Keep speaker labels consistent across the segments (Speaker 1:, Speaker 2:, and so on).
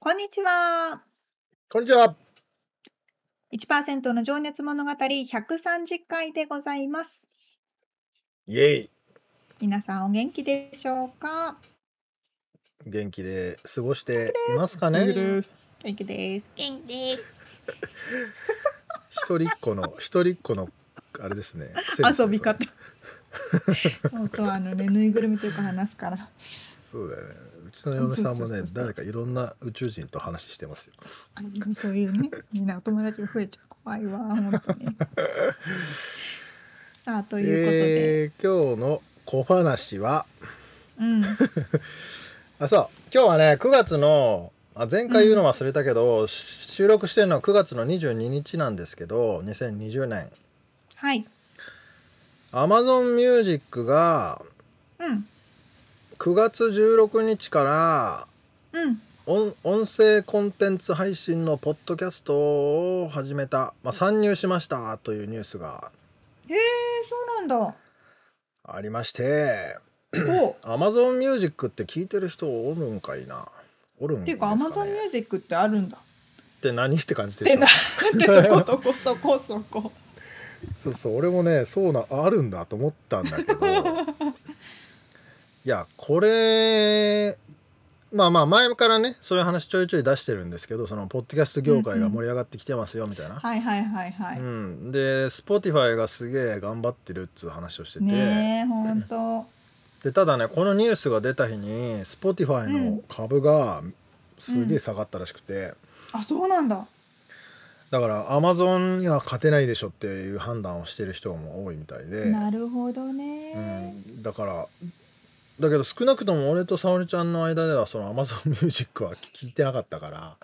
Speaker 1: こんにちは
Speaker 2: こんにちは。
Speaker 1: 1%の情熱物語130回でございます
Speaker 2: イエイ。
Speaker 1: 皆さんお元気でしょうか
Speaker 2: 元気で過ごしていますかね。
Speaker 1: 元気です
Speaker 3: 元気です。
Speaker 2: 一人っ子の、一人っ子の、あれですね。癖です ね
Speaker 1: 遊び方。そうそうあのねぬいぐるみというか話すから
Speaker 2: そうだよね。うちの嫁さんも
Speaker 1: そうそうそ
Speaker 2: ね
Speaker 1: うそ、う
Speaker 2: 誰かいろんな宇宙人と話してますよ。
Speaker 1: あのそういうねみんなお友達が増えちゃう怖いわ本当 にさあということで、
Speaker 2: えー、今日の小話は、
Speaker 1: うん
Speaker 2: あ、そう、今日はね、9月の、あ前回言うの忘れたけど、収録してるのは9月の22日なんですけど、2020年。
Speaker 1: はい、
Speaker 2: Amazon Music が
Speaker 1: うん
Speaker 2: 9月16日から
Speaker 1: うん
Speaker 2: 音音声コンテンツ配信のポッドキャストを始めた、まあ、参入しましたというニュースが
Speaker 1: へえそう なんだ
Speaker 2: ありまして
Speaker 1: お
Speaker 2: Amazon Music って聞いてる人おるんかいなおるん
Speaker 1: って
Speaker 2: で
Speaker 1: い
Speaker 2: す
Speaker 1: うか
Speaker 2: か、
Speaker 1: ア
Speaker 2: ね、
Speaker 1: マゾンミュージックってあるん だ
Speaker 2: って何って感じで
Speaker 1: で
Speaker 2: しょ
Speaker 1: なってとことこそこそこ
Speaker 2: そうそう俺もねそうなあるんだと思ったんだけど いやこれまあまあ前からねそういう話ちょいちょい出してるんですけどそのポッドキャスト業界が盛り上がってきてますよみたいな、
Speaker 1: はいはいはいはい、
Speaker 2: うん、で Spotify がすげえ頑張ってるっつう話をしてて、
Speaker 1: ねえほんと
Speaker 2: でただねこのニュースが出た日に Spotify
Speaker 1: うん
Speaker 2: の株がすげえ下がったらしくて、
Speaker 1: あそうなんだ
Speaker 2: だから Amazon には勝てないでしょっていう判断をしてる人も多いみたいで、
Speaker 1: なるほど
Speaker 2: う
Speaker 1: ね、
Speaker 2: ん、だからだけど少なくとも俺と沙織ちゃんの間ではその Amazon ミュージックは聞いてなかったから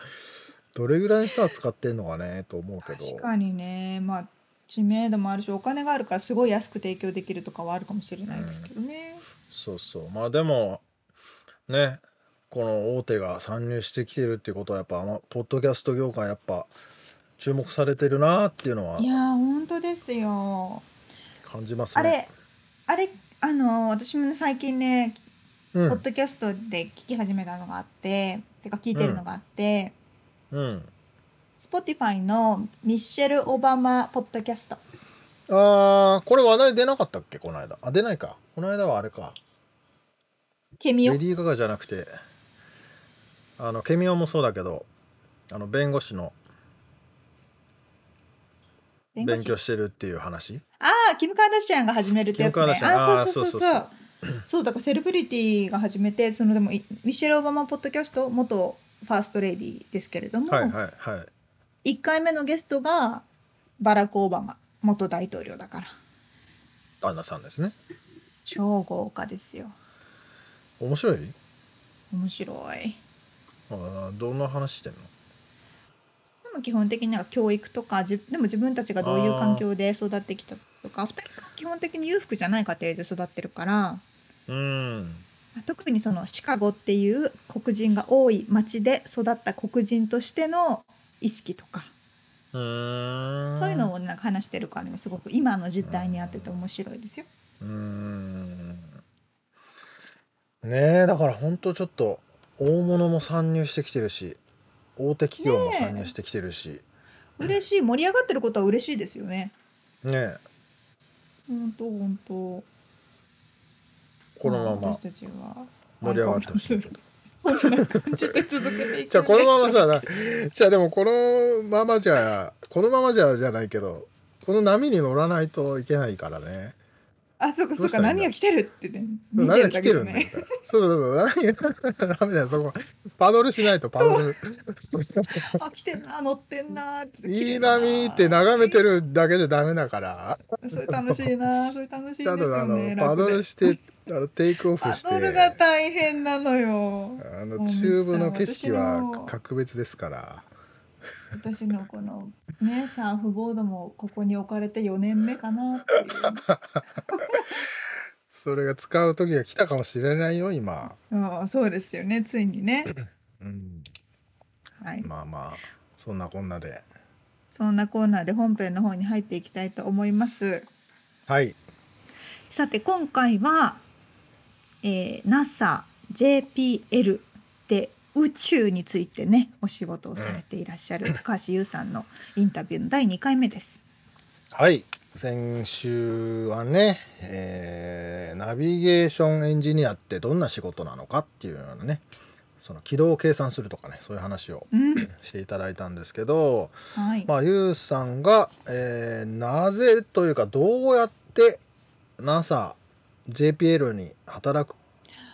Speaker 2: どれぐらいの人は使ってんのかねと思うけど
Speaker 1: 確かにねまあ知名度もあるしお金があるからすごい安く提供できるとかはあるかもしれないですけどね、
Speaker 2: そうそうまあでもねこの大手が参入してきてるっていうことはやっぱあのポッドキャスト業界やっぱ注目されてるなっていうのはい
Speaker 1: やーほんとですよ
Speaker 2: 感じます
Speaker 1: あ
Speaker 2: ね。
Speaker 1: れあれあのー私もね最近ね、
Speaker 2: うん
Speaker 1: ポッドキャストで聞き始めたのがあっててか聞いてるのがあって、
Speaker 2: うん、
Speaker 1: Spotify のミッシェル・オバマポッドキャスト
Speaker 2: ああこれ話題出なかったっけこの間あ出ないかこの間はあれか
Speaker 1: ケミオ
Speaker 2: レディー・ガガじゃなくてあのケミオもそうだけどあの弁護士の
Speaker 1: 弁護
Speaker 2: 勉
Speaker 1: 士
Speaker 2: 強してるっていう話
Speaker 1: ああキム・カーダシアンが始めるってやつね
Speaker 2: キムカーダシアン
Speaker 1: あ
Speaker 2: あ
Speaker 1: あ
Speaker 2: ー
Speaker 1: そうそうそうそ
Speaker 2: そうそう
Speaker 1: そうだからセレブリティが始めてそのでもいミシェル・オバマポッドキャスト元ファーストレディーですけれども、
Speaker 2: はいはいはい
Speaker 1: 1回目のゲストがバラク・オバマ元大統領だから
Speaker 2: 旦那さんですね
Speaker 1: 超豪華ですよ
Speaker 2: 面白い
Speaker 1: 面白い
Speaker 2: あーどんな話してんの
Speaker 1: でも基本的になんか教育とかじでも自分たちがどういう環境で育ってきたとか2人とも基本的に裕福じゃない家庭で育ってるから
Speaker 2: うん
Speaker 1: 特にそのシカゴっていう黒人が多い町で育った黒人としての意識とか
Speaker 2: うーん
Speaker 1: そういうのをなんか話してるからねすごく今の実態に合ってて面白いですよ。
Speaker 2: うーんねえだから本当ちょっと大物も参入してきてるし大手企業も参入してきてるし
Speaker 1: 嬉しい盛り上がってることは嬉しいですよね。
Speaker 2: ねえ
Speaker 1: 本当本当。
Speaker 2: このまま
Speaker 1: 私たち は
Speaker 2: 盛り上がってほしいけど
Speaker 1: こんな感じで続けていく。
Speaker 2: じゃあこのまま。さなじゃあでもこのままじゃこのままじゃじゃないけどこの波に乗らないといけないからね
Speaker 1: あ、そうか
Speaker 2: ど
Speaker 1: そう
Speaker 2: うし
Speaker 1: か、
Speaker 2: たらいいん
Speaker 1: 何
Speaker 2: だ
Speaker 1: が来てるってね。見てる
Speaker 2: 何が
Speaker 1: だ
Speaker 2: 来
Speaker 1: け
Speaker 2: て
Speaker 1: で
Speaker 2: るんだよみ
Speaker 1: ね。
Speaker 2: たいな。そうそうそう。何が ダメだよ、そこ。パドルしないとパドル。
Speaker 1: あ、来てんな、乗ってんな。
Speaker 2: いい波って眺めてるだけじゃダメだから、
Speaker 1: それ楽しいな、それ楽しいん
Speaker 2: ちゃん
Speaker 1: です
Speaker 2: とあ
Speaker 1: よ
Speaker 2: の
Speaker 1: ね。
Speaker 2: パド
Speaker 1: 楽
Speaker 2: ル
Speaker 1: で
Speaker 2: して、あのテイクオフ
Speaker 1: パ
Speaker 2: して、
Speaker 1: ドルが大変なのよ。
Speaker 2: あ
Speaker 1: も
Speaker 2: の
Speaker 1: う
Speaker 2: チューブの景
Speaker 1: 私
Speaker 2: 色
Speaker 1: の
Speaker 2: は格別ですから。
Speaker 1: 私のこのね、サーフボードもここに置かれて4年目かなっていう
Speaker 2: それが使う時が来たかもしれないよ、今。。
Speaker 1: うん、そうですよね、ついに ね。
Speaker 2: うん、
Speaker 1: はい。
Speaker 2: まあまあ、そんなこんなで。
Speaker 1: そんなコーナーで本編の方に入っていきたいと思います。
Speaker 2: はい。
Speaker 1: さて今回は、えー、NASA JPL で宇宙についてねお仕事をされていらっしゃる高橋優さんのインタビューの第2回目です。
Speaker 2: はい。先週はね、えーナビゲーションエンジニアってどんな仕事なのかっていうようなね、その軌道を計算するとかね、そういう話を
Speaker 1: うん、
Speaker 2: していただいたんですけど、
Speaker 1: はい。
Speaker 2: まあ、ゆうさんが、えーなぜというかどうやって NASA、JPL に働くっ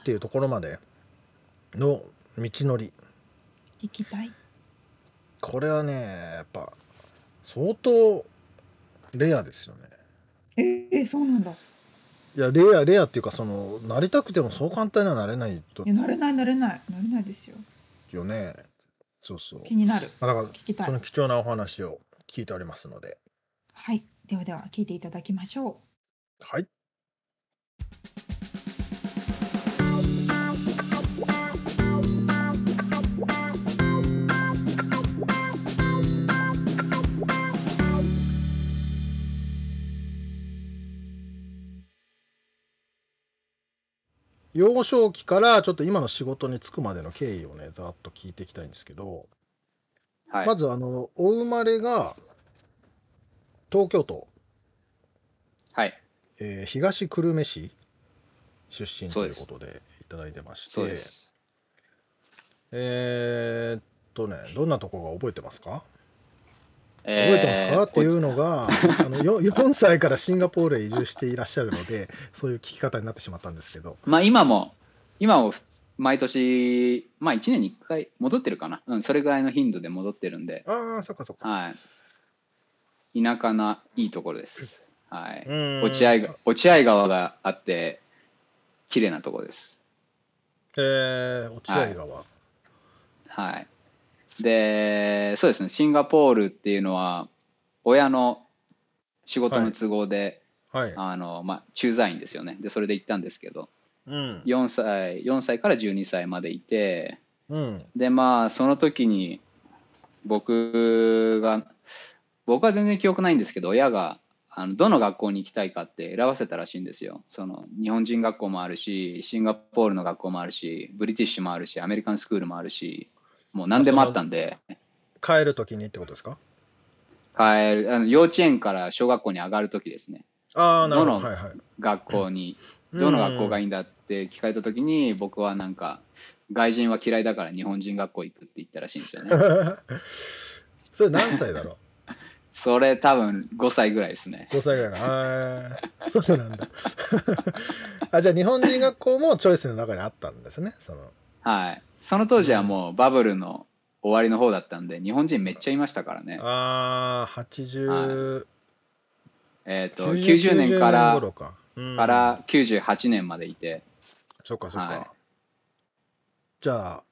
Speaker 2: ていうところまでの道のり
Speaker 1: 行きたい。
Speaker 2: これはねやっぱ相当レアですよね
Speaker 1: えー、そうなんだ。
Speaker 2: いやレアレアっていうかそのなりたくてもそう簡単にはなれないと
Speaker 1: いや慣れない慣れない慣れないですよ。
Speaker 2: よねそうそう
Speaker 1: 気になる。
Speaker 2: まあだから
Speaker 1: 聞きた
Speaker 2: その
Speaker 1: い。
Speaker 2: 貴重なお話を聞いておりますので
Speaker 1: はい。ではでは聞いていただきましょう。
Speaker 2: はい幼少期からちょっと今の仕事に就くまでの経緯をねざーっと聞いていきたいんですけど、
Speaker 4: はい、
Speaker 2: まずあのお生まれが東京都、
Speaker 4: はい、
Speaker 2: えー東久留米市出身
Speaker 4: そ
Speaker 2: と
Speaker 4: う
Speaker 2: いう
Speaker 4: で
Speaker 2: こ
Speaker 4: す
Speaker 2: とでいただいてまして
Speaker 4: そうです。
Speaker 2: えーっとねどんなとこが覚えてますか
Speaker 4: え
Speaker 2: 覚えてますか、っていうのがあのよ4歳からシンガポールへ移住していらっしゃるのでそういう聞き方になってしまったんですけど
Speaker 4: まあ今も、今もふつ毎年、まあ1年に1回戻ってるかな、うん、それぐらいの頻度で戻ってるんで、
Speaker 2: ああそっかそっか
Speaker 4: はい、田舎ないいところです。はい、
Speaker 2: 落
Speaker 4: 落合が落合川があって、綺麗なところです。
Speaker 2: えー、落合川、
Speaker 4: はい、で、そうですね、シンガポールっていうのは、親の仕事の都合で、
Speaker 2: はい、
Speaker 4: あのまあ、駐在員ですよねで、それで行ったんですけど。
Speaker 2: うん
Speaker 4: 4歳 ,4 歳から12歳までいて
Speaker 2: うん
Speaker 4: でまあその時に僕が僕は全然記憶ないんですけど親があのどの学校に行きたいかって選ばせたらしいんですよその日本人学校もあるしシンガポールの学校もあるしブリティッシュもあるしアメリカンスクールもあるしもう何でもあったんで
Speaker 2: 帰るときにってことですか
Speaker 4: 帰るあの幼稚園から小学校に上がる時ですね
Speaker 2: ああなるほど
Speaker 4: どの
Speaker 2: はいはい
Speaker 4: 学校にどの学校がい
Speaker 2: い
Speaker 4: いんだって聞かれた時に僕はなんか外人は嫌いだから日本人学校行くって言ったらしいんです よね
Speaker 2: それ何歳だろ
Speaker 4: それ多分5歳ぐらいですね
Speaker 2: う ?5 歳ぐらいかな。あーそうなんだ。 あじゃあ日本人学校もチョイスの中にあったんですね。その
Speaker 4: はいその当時はもうバブルの終わりの方だったんで日本人めっちゃいましたからね
Speaker 2: ああ、80、
Speaker 4: えっ、と90年か
Speaker 2: 90年
Speaker 4: ら
Speaker 2: 頃か,、うん
Speaker 4: から98年までいて
Speaker 2: そっかそっか、
Speaker 4: はい
Speaker 2: じゃあ、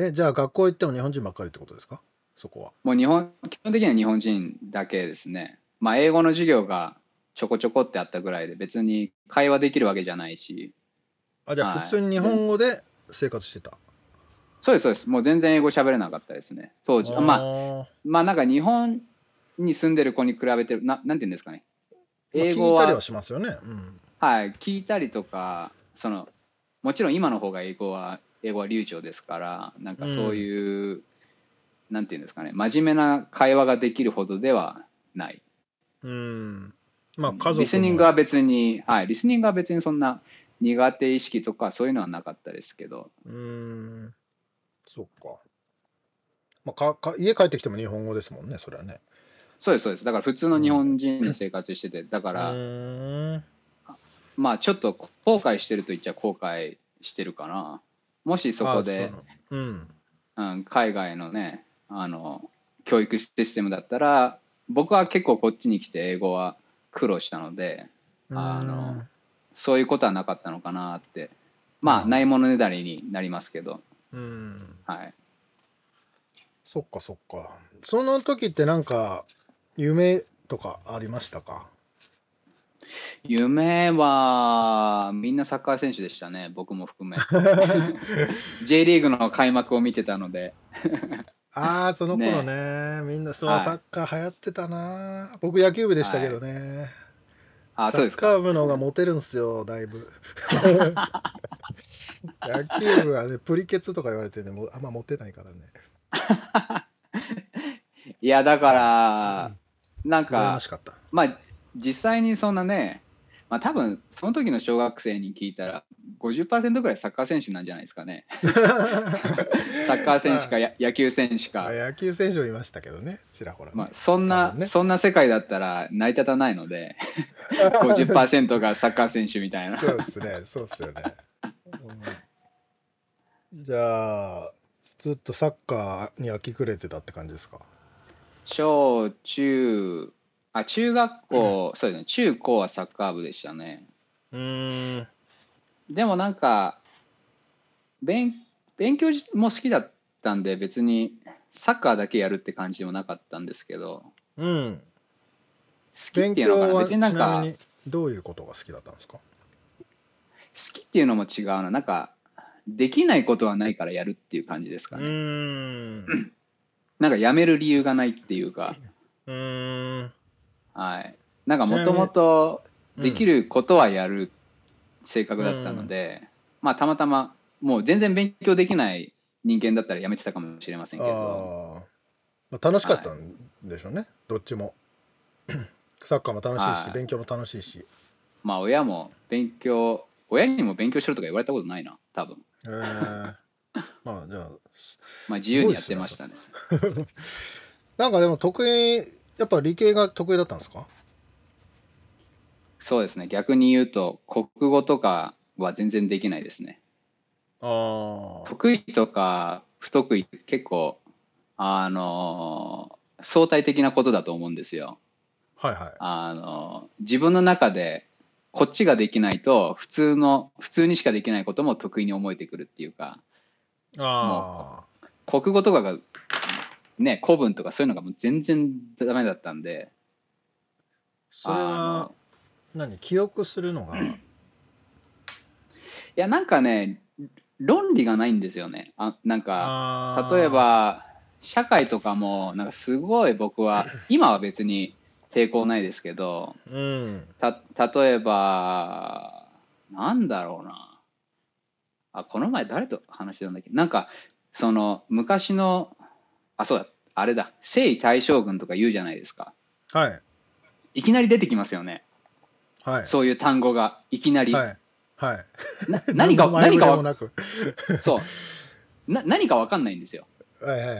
Speaker 2: え、じゃあ学校行っても日本人ばっかりってことですかそこは。
Speaker 4: もう日本基本的には日本人だけですねまあ英語の授業がちょこちょこってあったぐらいで別に会話できるわけじゃないし
Speaker 2: あじゃあ
Speaker 4: はい
Speaker 2: 普通に日本語で生活してた。
Speaker 4: そうですそうですもう全然英語喋れなかったですね当時まあ
Speaker 2: あ
Speaker 4: まあなんか日本に住んでる子に比べてななんて言うんですかね
Speaker 2: ー、
Speaker 4: 英語
Speaker 2: まあ聞い
Speaker 4: は
Speaker 2: たりはしますよね。うん。
Speaker 4: はい、聞いたりとかそのもちろん今の方が英語は英語は流暢ですからなんかそういう、なんて言うんですかね真面目な会話ができるほどではない、
Speaker 2: うん、まあ家族
Speaker 4: リスニング
Speaker 2: も
Speaker 4: は別に、はい、リスニングは別にそんな苦手意識とかそういうのはなかったですけど
Speaker 2: うーん、そっか。まあ、かか家帰ってきても日本語ですもんね、それはね。
Speaker 4: そうですそうですだから普通の日本人の生活しててだか
Speaker 2: う
Speaker 4: ら
Speaker 2: ーん
Speaker 4: まあちょっと後悔してると言っちゃ後悔してるかなもしそこで
Speaker 2: あそうなのうん
Speaker 4: うん、海外のねあの教育システムだったら僕は結構こっちに来て英語は苦労したのであの
Speaker 2: うん
Speaker 4: そういうことはなかったのかなってまあ
Speaker 2: うん
Speaker 4: ないものねだりになりますけど、
Speaker 2: うん
Speaker 4: はい、
Speaker 2: そっかそっかその時ってなんか夢とかありましたか
Speaker 4: 夢はみんなサッカー選手でしたね僕も 含め J リーグの開幕を見てたので
Speaker 2: ああその頃ねみんなそのサッカー流行ってたな、僕野球部でしたけどね、
Speaker 4: あそうで
Speaker 2: サ
Speaker 4: す
Speaker 2: ッ
Speaker 4: か
Speaker 2: カー部の方がモテるんすよだい ぶ野球部はねプリケツとか言われてねもうあんまモテないからね
Speaker 4: いやだからなん
Speaker 2: 羨ま
Speaker 4: か
Speaker 2: しかった
Speaker 4: まあ実際にそんなね、まあ、多分その時の小学生に聞いたら50%ぐらいサッカー選手なんじゃないです かねサッカー選手かや野球選手
Speaker 2: まあ
Speaker 4: か、
Speaker 2: 野球選手もいましたけどねちらほらね、
Speaker 4: まあ、そん
Speaker 2: 多
Speaker 4: な、
Speaker 2: 分ね
Speaker 4: そんな世界だったら成り立たない ので50%がサッカー選手みたいな
Speaker 2: そうですね、そうですよね。うんじゃあ、ずっとサッカーに飽き暮れてたって感じですか。
Speaker 4: 小中あ中学校、そうですね中高はサッカー部でしたね
Speaker 2: うん。
Speaker 4: でもなんか勉勉強も好きだったんで別にサッカーだけやるって感じでもなかったんですけど
Speaker 2: うん。
Speaker 4: 好きっ
Speaker 2: 勉
Speaker 4: ていうの
Speaker 2: 強
Speaker 4: かな
Speaker 2: は
Speaker 4: 別
Speaker 2: ち
Speaker 4: になん
Speaker 2: な
Speaker 4: か
Speaker 2: み
Speaker 4: 好
Speaker 2: にどういうことが好きだったんですか。
Speaker 4: きっていうのも違うななんかできないことはないからやるっていう感じですかね、
Speaker 2: ん。
Speaker 4: なんかやめる理由がないっていうか、
Speaker 2: うん。
Speaker 4: はい、なんかもともとでき。ることはやる性格だったので、まあたまたまもう全然勉強できない人間だったらやめてたかもしれません
Speaker 2: あ
Speaker 4: けど
Speaker 2: あ。まあ楽しかったんでしょうね。どっちも。サッカーも楽しい
Speaker 4: は
Speaker 2: し、
Speaker 4: い
Speaker 2: 勉強も楽しいし。
Speaker 4: まあ親も勉強親にも勉強しろとか言われたことないな多分
Speaker 2: ええ ー。まあ、じゃあ。
Speaker 4: まあ自由にやってましたね
Speaker 2: なんかでも得意、やっぱ理系が得意だったんですか。
Speaker 4: そうですね逆に言うと国語とかは全然できないですね
Speaker 2: ああ。
Speaker 4: 得意とか不得意って結構あのー相対的なことだと思うんですよ
Speaker 2: はいはい。
Speaker 4: あのー自分の中でこっちができないと普通の普通にしかできないことも得意に思えてくるっていうか
Speaker 2: あ
Speaker 4: 国語とかがね古文とかそういうのがもう全然ダメだったんで
Speaker 2: それは
Speaker 4: の
Speaker 2: 何記憶するのが
Speaker 4: いやなんかね論理がないんですよねあなんか
Speaker 2: あー
Speaker 4: 例えば社会とかもなんかすごい僕は今は別に抵抗ないですけど
Speaker 2: うん
Speaker 4: た例えばなんだろうなあこの前誰と話してたんだっけなんかその昔のあそうだあれだ征夷大将軍とか言うじゃないですか
Speaker 2: はい
Speaker 4: いきなり出てきますよね
Speaker 2: はい
Speaker 4: そういう単語がいきなり、
Speaker 2: はいはい
Speaker 4: な何か
Speaker 2: 前
Speaker 4: 何
Speaker 2: 触
Speaker 4: か
Speaker 2: れも
Speaker 4: わ
Speaker 2: なく
Speaker 4: そうな何かわかんないんですよ
Speaker 2: はいはいはい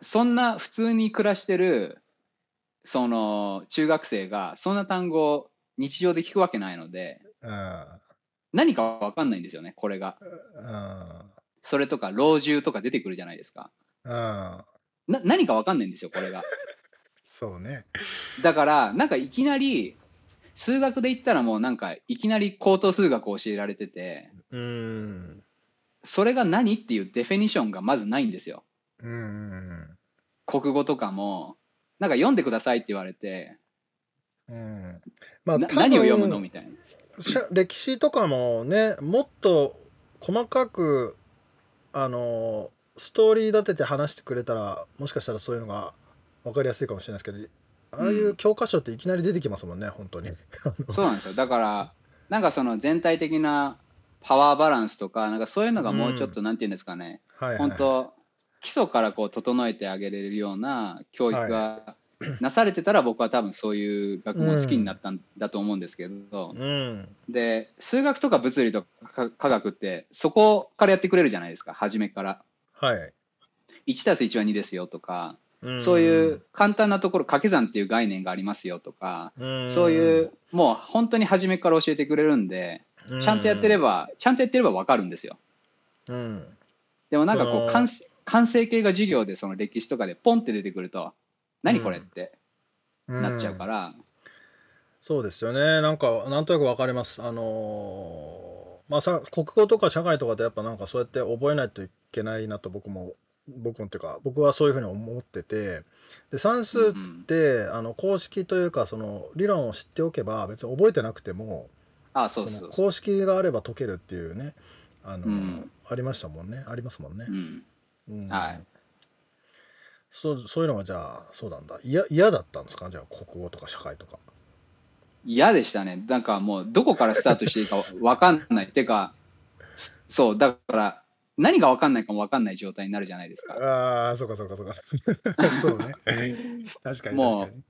Speaker 4: そんな普通に暮らしてるその中学生がそんな単語を日常で聞くわけないので
Speaker 2: うん
Speaker 4: 何かわかんないんですよねこれが
Speaker 2: うん
Speaker 4: それとか老中とか出てくるじゃないですか
Speaker 2: うん
Speaker 4: な何かわかんないんですよこれが
Speaker 2: そうね
Speaker 4: だからなんかいきなり数学で言ったらもうなんかいきなり高等数学を教えられてて
Speaker 2: うん
Speaker 4: それが何っていうデフィニションがまずないんですよ
Speaker 2: うん
Speaker 4: 国語とかもなんか読んでくださいって言われて、
Speaker 2: うんまあ
Speaker 4: な
Speaker 2: 多分
Speaker 4: 何を読むのみたいな
Speaker 2: しゃ歴史とかもねもっと細かくあのストーリー立てて話してくれたらもしかしたらそういうのが分かりやすいかもしれないですけどああいう教科書っていきなり出てきますもんね本当に。
Speaker 4: そうなんですよだからなんかその全体的なパワーバランスとかなんかそういうのがもうちょっと、なんていうんですかね
Speaker 2: はいはい
Speaker 4: 本当基礎からこう整えてあげれるような教育がなされてたら僕は多分そういう学問好きになったんだと思うんですけど
Speaker 2: うん
Speaker 4: で数学とか物理とか科学ってそこからやってくれるじゃないですか初めから
Speaker 2: はい
Speaker 4: 1+1 は2ですよとか
Speaker 2: ん
Speaker 4: そういう、簡単なところ掛け算っていう概念がありますよとか、そういうもう本当に初めから教えてくれるんでちゃんとやってれ
Speaker 2: ば、
Speaker 4: ばちゃんとやってれば分かるんですよ
Speaker 2: うん
Speaker 4: でもなんか
Speaker 2: う
Speaker 4: こ
Speaker 2: ん
Speaker 4: う完成完成形が授業でその歴史とかでポンって出てくると何これってなっちゃうからら、
Speaker 2: そうですよねなんかなんとなくわかりますあのーまあさ国語とか社会とかでやっぱなんかそうやって覚えないといけないなと僕も僕もっていうか僕はそういうふうに思っててで算数っ
Speaker 4: うん
Speaker 2: てあの公式というかその理論を知っておけば別に覚えてなくても
Speaker 4: あそう
Speaker 2: そ
Speaker 4: そ
Speaker 2: の
Speaker 4: うそう、
Speaker 2: 公式があれば解けるっていうねあのー、
Speaker 4: うん
Speaker 2: ありましたもんねありますもんね
Speaker 4: う。ん、
Speaker 2: うん
Speaker 4: はい
Speaker 2: そうそういうのがじゃあそうなんだ嫌嫌だったんですかじゃあ国語とか社会とか。
Speaker 4: 嫌でしたねなんかもうどこからスタートしていいか分かんないっていうかそうだから何が分かんないかも分かんない状態になるじゃないですか
Speaker 2: ああそうかそうかそう かそうね確かに
Speaker 4: もう
Speaker 2: 確かに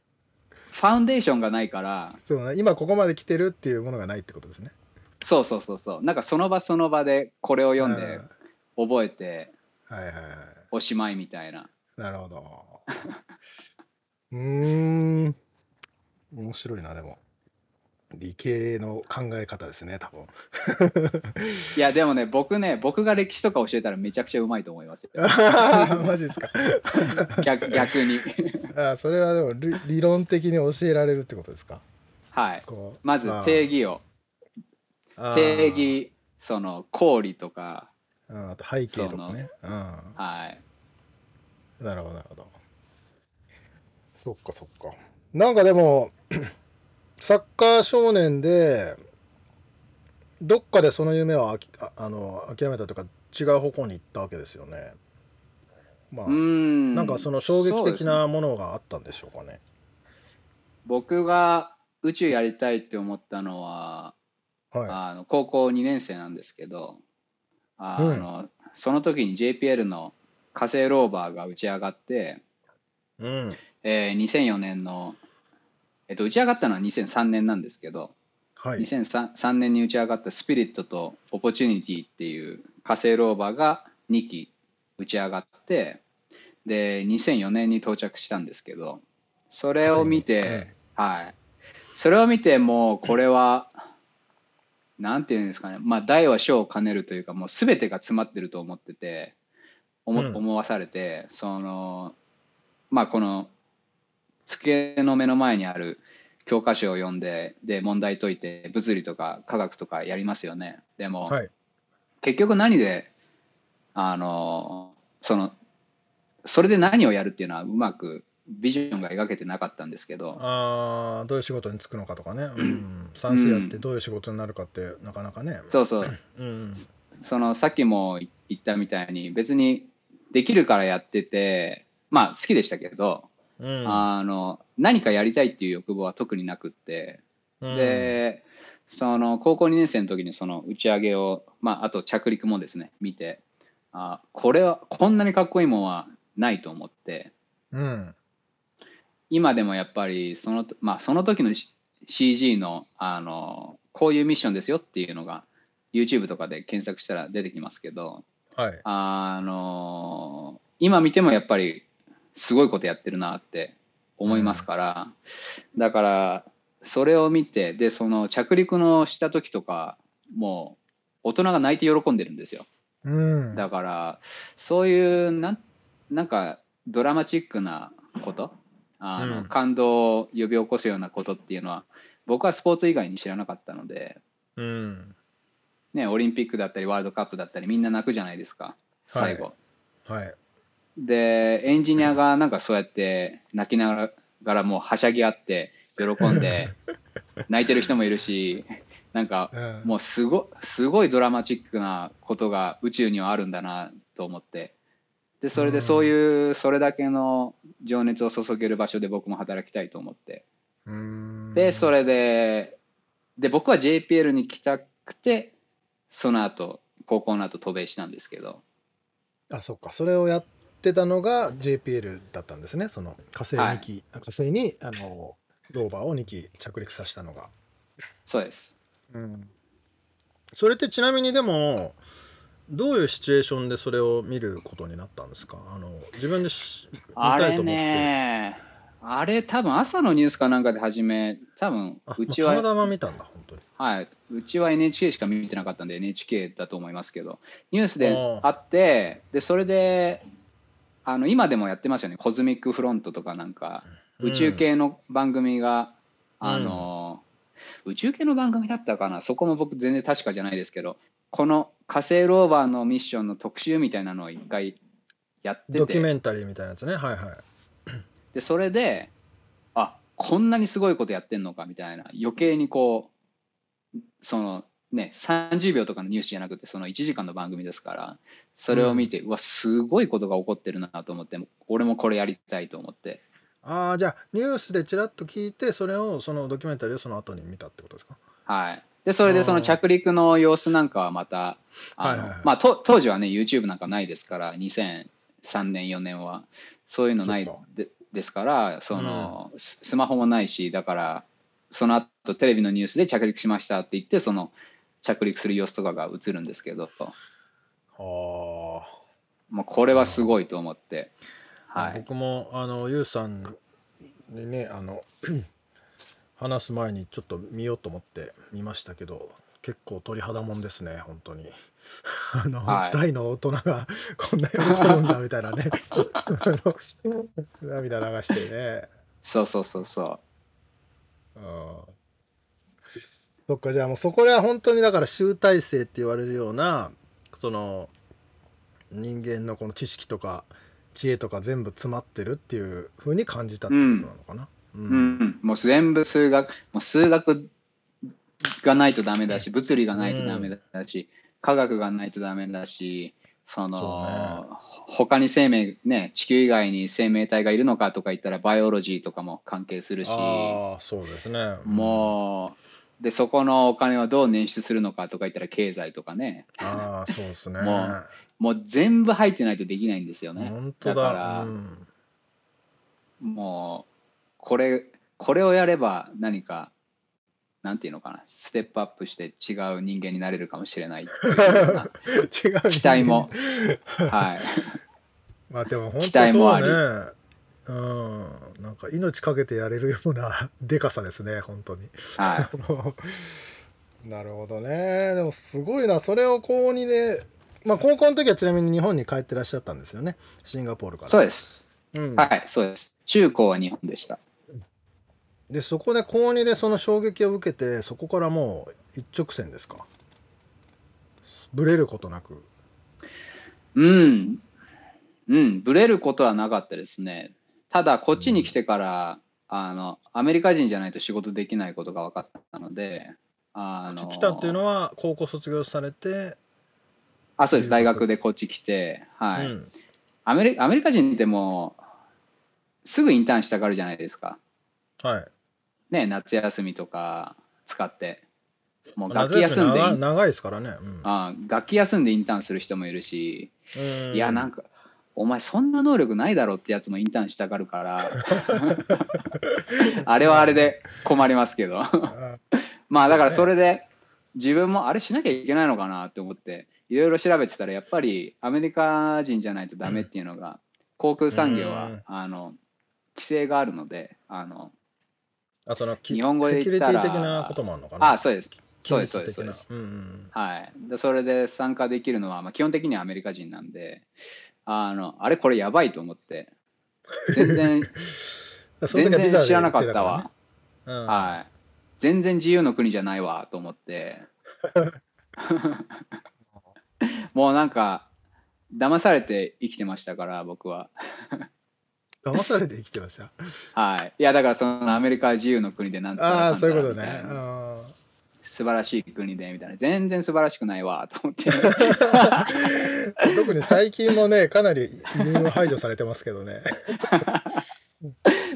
Speaker 4: ファウンデーションがないから
Speaker 2: そうね今ここまで来てるっていうものがないってことですね
Speaker 4: そうそうそうそうなんかその場その場でこれを読んで覚えて
Speaker 2: うんはいはいはい
Speaker 4: おしまいみたいな
Speaker 2: なるほどうーん面白いなでも理系の考え方ですね多 分
Speaker 4: いやでもね僕ね僕が歴史とか教えたらめちゃくちゃうまいと思いますよ
Speaker 2: マジですか
Speaker 4: 逆逆に
Speaker 2: あーそれはでも理理論的に教えられるってことですか
Speaker 4: はい
Speaker 2: こう
Speaker 4: まず
Speaker 2: あー
Speaker 4: 定義を
Speaker 2: あー
Speaker 4: 定義その公理とか
Speaker 2: うん、あと背景とかねうん
Speaker 4: はい
Speaker 2: なるほど、なるほど。そっか、そっか。なんかでも、 サッカー少年で、どっかでその夢をあきああの諦めたとか、違う方向に行ったわけですよね。まあ、
Speaker 4: うーん
Speaker 2: なんかその衝撃
Speaker 4: そうで
Speaker 2: 的
Speaker 4: すね
Speaker 2: なものがあったんでしょうかね。
Speaker 4: 僕が宇宙やりたいって思ったのは、
Speaker 2: は
Speaker 4: あの高校2年生なんですけどあ
Speaker 2: うん
Speaker 4: の、その時に JPL の火星ローバーが打ち上がって、
Speaker 2: い。うん。
Speaker 4: えー2004年の、えっと、打ち上がったのは2003年なんですけど、
Speaker 2: はい。
Speaker 4: 2003 3年に打ち上がったスピリットとオポチュニティっていう火星ローバーが2機打ち上がってで2004年に到着したんですけどそれを見て、はいそれを見てもうこれはなんていうんですかねまあ大は小を兼ねるというかもう全てが詰まってると思ってて思,、
Speaker 2: うん
Speaker 4: 思わされてそのまあこの机の目の前にある教科書を読んでで問題解いて物理とか科学とかやりますよねでも、
Speaker 2: はい。
Speaker 4: 結局何であのそのそれで何をやるっていうのはうまくビジョンが描けてなかったんですけど
Speaker 2: あーどういう仕事に就くのかとかね、うん、算数やってどういう仕事になるかって、なかなかね、
Speaker 4: そうそう
Speaker 2: うん、
Speaker 4: そのさっきも言ったみたいに別にできるからやっててまあ好きでしたけど、
Speaker 2: うん、
Speaker 4: あの何かやりたいっていう欲望は特になくって
Speaker 2: うん、
Speaker 4: でその高校2年生の時にその打ち上げを、まあ、あと着陸もですね見てあこれはこんなにかっこいいもんはないと思って
Speaker 2: うん、
Speaker 4: 今でもやっぱりその,、まあ、その時の C- CG のあのこういうミッションですよっていうのが YouTube とかで検索したら出てきますけど
Speaker 2: はい、
Speaker 4: あの今見てもやっぱりすごいことやってるなって思いますから、だからそれを見てでその着陸のした時とかもう大人が泣いて喜んでるんですよ
Speaker 2: うん、
Speaker 4: だからそういうなんなんかドラマチックなことあの、
Speaker 2: うん
Speaker 4: 感動を呼び起こすようなことっていうのは僕はスポーツ以外に知らなかったので、
Speaker 2: うん、
Speaker 4: ね、オリンピックだったりワールドカップだったりみんな泣くじゃないですか最後。
Speaker 2: はい。
Speaker 4: でエンジニアがなんかそうやって泣きながらもうはしゃぎ合って喜 んで泣いてる人もいるしなんか
Speaker 2: うん
Speaker 4: もうすごすごいドラマチックなことが宇宙にはあるんだなと思ってでそれ
Speaker 2: うん
Speaker 4: でそういうそれだけの情熱を注げる場所で僕も働きたいと思って
Speaker 2: うーん
Speaker 4: でそれでで僕は JPL に来たくてその後高校の後渡米したんですけど
Speaker 2: あそっかそれをやってたのが JPL だったんですねその火星2機、火星にあのローバーを2機着陸させたのが、
Speaker 4: そうです
Speaker 2: うん、それってちなみにでもどういうシチュエーションでそれを見ることになったんですかあの自分でし見
Speaker 4: あ
Speaker 2: たい
Speaker 4: れ
Speaker 2: と思って。
Speaker 4: ね、あれ多分朝のニュースかなんかで始め、多分
Speaker 2: あ、
Speaker 4: うち
Speaker 2: まあ、
Speaker 4: は、
Speaker 2: 体は見たんだ、本当に。
Speaker 4: はい、うちは NHK しか見てなかったんで NHK だと思いますけど、ニュースで
Speaker 2: あー
Speaker 4: あって、でそれで、あの今でもやってますよね、コズミックフロントとかなんか、宇宙系の番組が、
Speaker 2: うん
Speaker 4: あの、宇宙系の番組だったかな、そこも僕全然確かじゃないですけど、この火星ローバーのミッションの特集みたいなのを一回やっ
Speaker 2: うん
Speaker 4: て
Speaker 2: ドキュ
Speaker 4: て
Speaker 2: メ、ンタリーみたいなやつね。はいはい。
Speaker 4: でそれで、あこんなにすごいことやってんのかみたいな、余計にこう、そのね、30秒とかのニュースじゃなくて、その1時間の番組ですから、それを見て、うわ、すごいことが起こってるなと思って、俺もこれやりたいと思って。
Speaker 2: ああ、じゃあ、ニュースでちらっと聞いて、それを、そのドキュメンタリーをその後に見たってことですか
Speaker 4: はい、でそれでその着陸の様子なんかはまたあ
Speaker 2: はい
Speaker 4: の
Speaker 2: はいはい
Speaker 4: まあと当時はね YouTube なんかないですから2003年4年はそういうのない
Speaker 2: そっか
Speaker 4: でですからその、ススマホもないしだからその後テレビのニュースで着陸しましたって言ってその着陸する様子とかが映るんですけど、
Speaker 2: あ
Speaker 4: まあ、これはすごいと思って、
Speaker 2: あ、
Speaker 4: はい、
Speaker 2: 僕も、あの、ゆうさんにね、あの、 話す前にちょっと見ようと思って見ましたけど、結構鳥肌もんですね、本当に。 あの、
Speaker 4: はい
Speaker 2: 大の大人がこんな喜ぶんだみたいな ね、 あの涙流してね。
Speaker 4: そうそうそうそ
Speaker 2: う
Speaker 4: う
Speaker 2: んそっかじゃあもうそこらは本当にだから集大成って言われるようなその人間のこの知識とか知恵とか全部詰まってるっていう風に感じたってことなのかな。うん
Speaker 4: うん、もう全部数学もう数学がないとダメだし物理がないとダメだし、科学がないとダメだしその
Speaker 2: そう
Speaker 4: ほ他に生命ね地球以外に生命体がいるのかとか言ったらバイオロジーとかも関係するし
Speaker 2: ああそうですね。
Speaker 4: もうでそこのお金はどう捻出するのかとか言ったら経済とかね
Speaker 2: うん。ああそうですね。
Speaker 4: ももう全部入ってないとできないんですよね。
Speaker 2: 本当
Speaker 4: だか
Speaker 2: だ。
Speaker 4: ら、
Speaker 2: うん
Speaker 4: もうこれこれをやれば何かなんていうのかなステップアップして違う人間になれるかもしれないっていうような
Speaker 2: 違う
Speaker 4: 期待も。はい
Speaker 2: まあでも本当
Speaker 4: 期待もあり
Speaker 2: そうね。うん、なんか命かけてやれるようなでかさですね、本当に。
Speaker 4: は
Speaker 2: なるほどね。でもすごいな。それを高2で、まあ高校の時はちなみに日本に帰ってらっしゃったんですよね。シンガポールか
Speaker 4: い
Speaker 2: ら。
Speaker 4: そう
Speaker 2: で
Speaker 4: です
Speaker 2: す。うん。
Speaker 4: はいそうです中高は日本でした
Speaker 2: で、そこで高2でその衝撃を受けて、そこからもう一直線ですか。ブレることなく。
Speaker 4: うんうんブレることはなかったですねただこっちに来てから、あのアメリカ人じゃないと仕事できないことが分かったのであの
Speaker 2: 来たっていうのは高校卒業されて、
Speaker 4: あそうです大学でこっち来てはい、
Speaker 2: うん
Speaker 4: アメリアメリカ人ってもうすぐインターンしたがるじゃないですか、
Speaker 2: はい。
Speaker 4: ね、夏休みとか使ってもう楽
Speaker 2: 夏休
Speaker 4: 器休
Speaker 2: み
Speaker 4: んでイン
Speaker 2: 長長いですからね。うん
Speaker 4: あ楽器休んでインターンする人もいるし、いやなん
Speaker 2: か
Speaker 4: かお前そんな能力ないだろってやつもインターンしたがるから あれはあれで困りますけどまあだからそれで自分もあれしなきゃいけないのかなって思っていろいろ調べてたらやっぱりアメリカ人じゃないとダメっていうのが、航空産業は、
Speaker 2: うん
Speaker 4: あの規制があるのであの
Speaker 2: あそのき
Speaker 4: 日本語で
Speaker 2: セキュリ
Speaker 4: 言っ
Speaker 2: テ
Speaker 4: た
Speaker 2: ィ
Speaker 4: ら
Speaker 2: 的なこともあるのかな。
Speaker 4: あそうですそうですそうですそうです
Speaker 2: うんうん
Speaker 4: はいでそれで参加できるのは、まあ、基本的にはアメリカ人なんであのあれこれやばいと思って全然
Speaker 2: うん、 その
Speaker 4: 全
Speaker 2: 時はビザ
Speaker 4: 然
Speaker 2: で
Speaker 4: 知らなかった
Speaker 2: 行
Speaker 4: わ
Speaker 2: てたからね。うん
Speaker 4: はい全然自由の国じゃないわと思って もうなんか騙されて生きてましたから僕は
Speaker 2: 騙されて生きてま した。
Speaker 4: はいいやだからそのアメリカは自由の国でなんとか
Speaker 2: あ
Speaker 4: な
Speaker 2: あ、
Speaker 4: んた
Speaker 2: そう
Speaker 4: ら
Speaker 2: いうことね。
Speaker 4: みたいな
Speaker 2: あ
Speaker 4: 素晴らしい国でみたいな全然素晴らしくないわと 思って
Speaker 2: ー特に最近もね、かなり移民を排除されてますけど ね。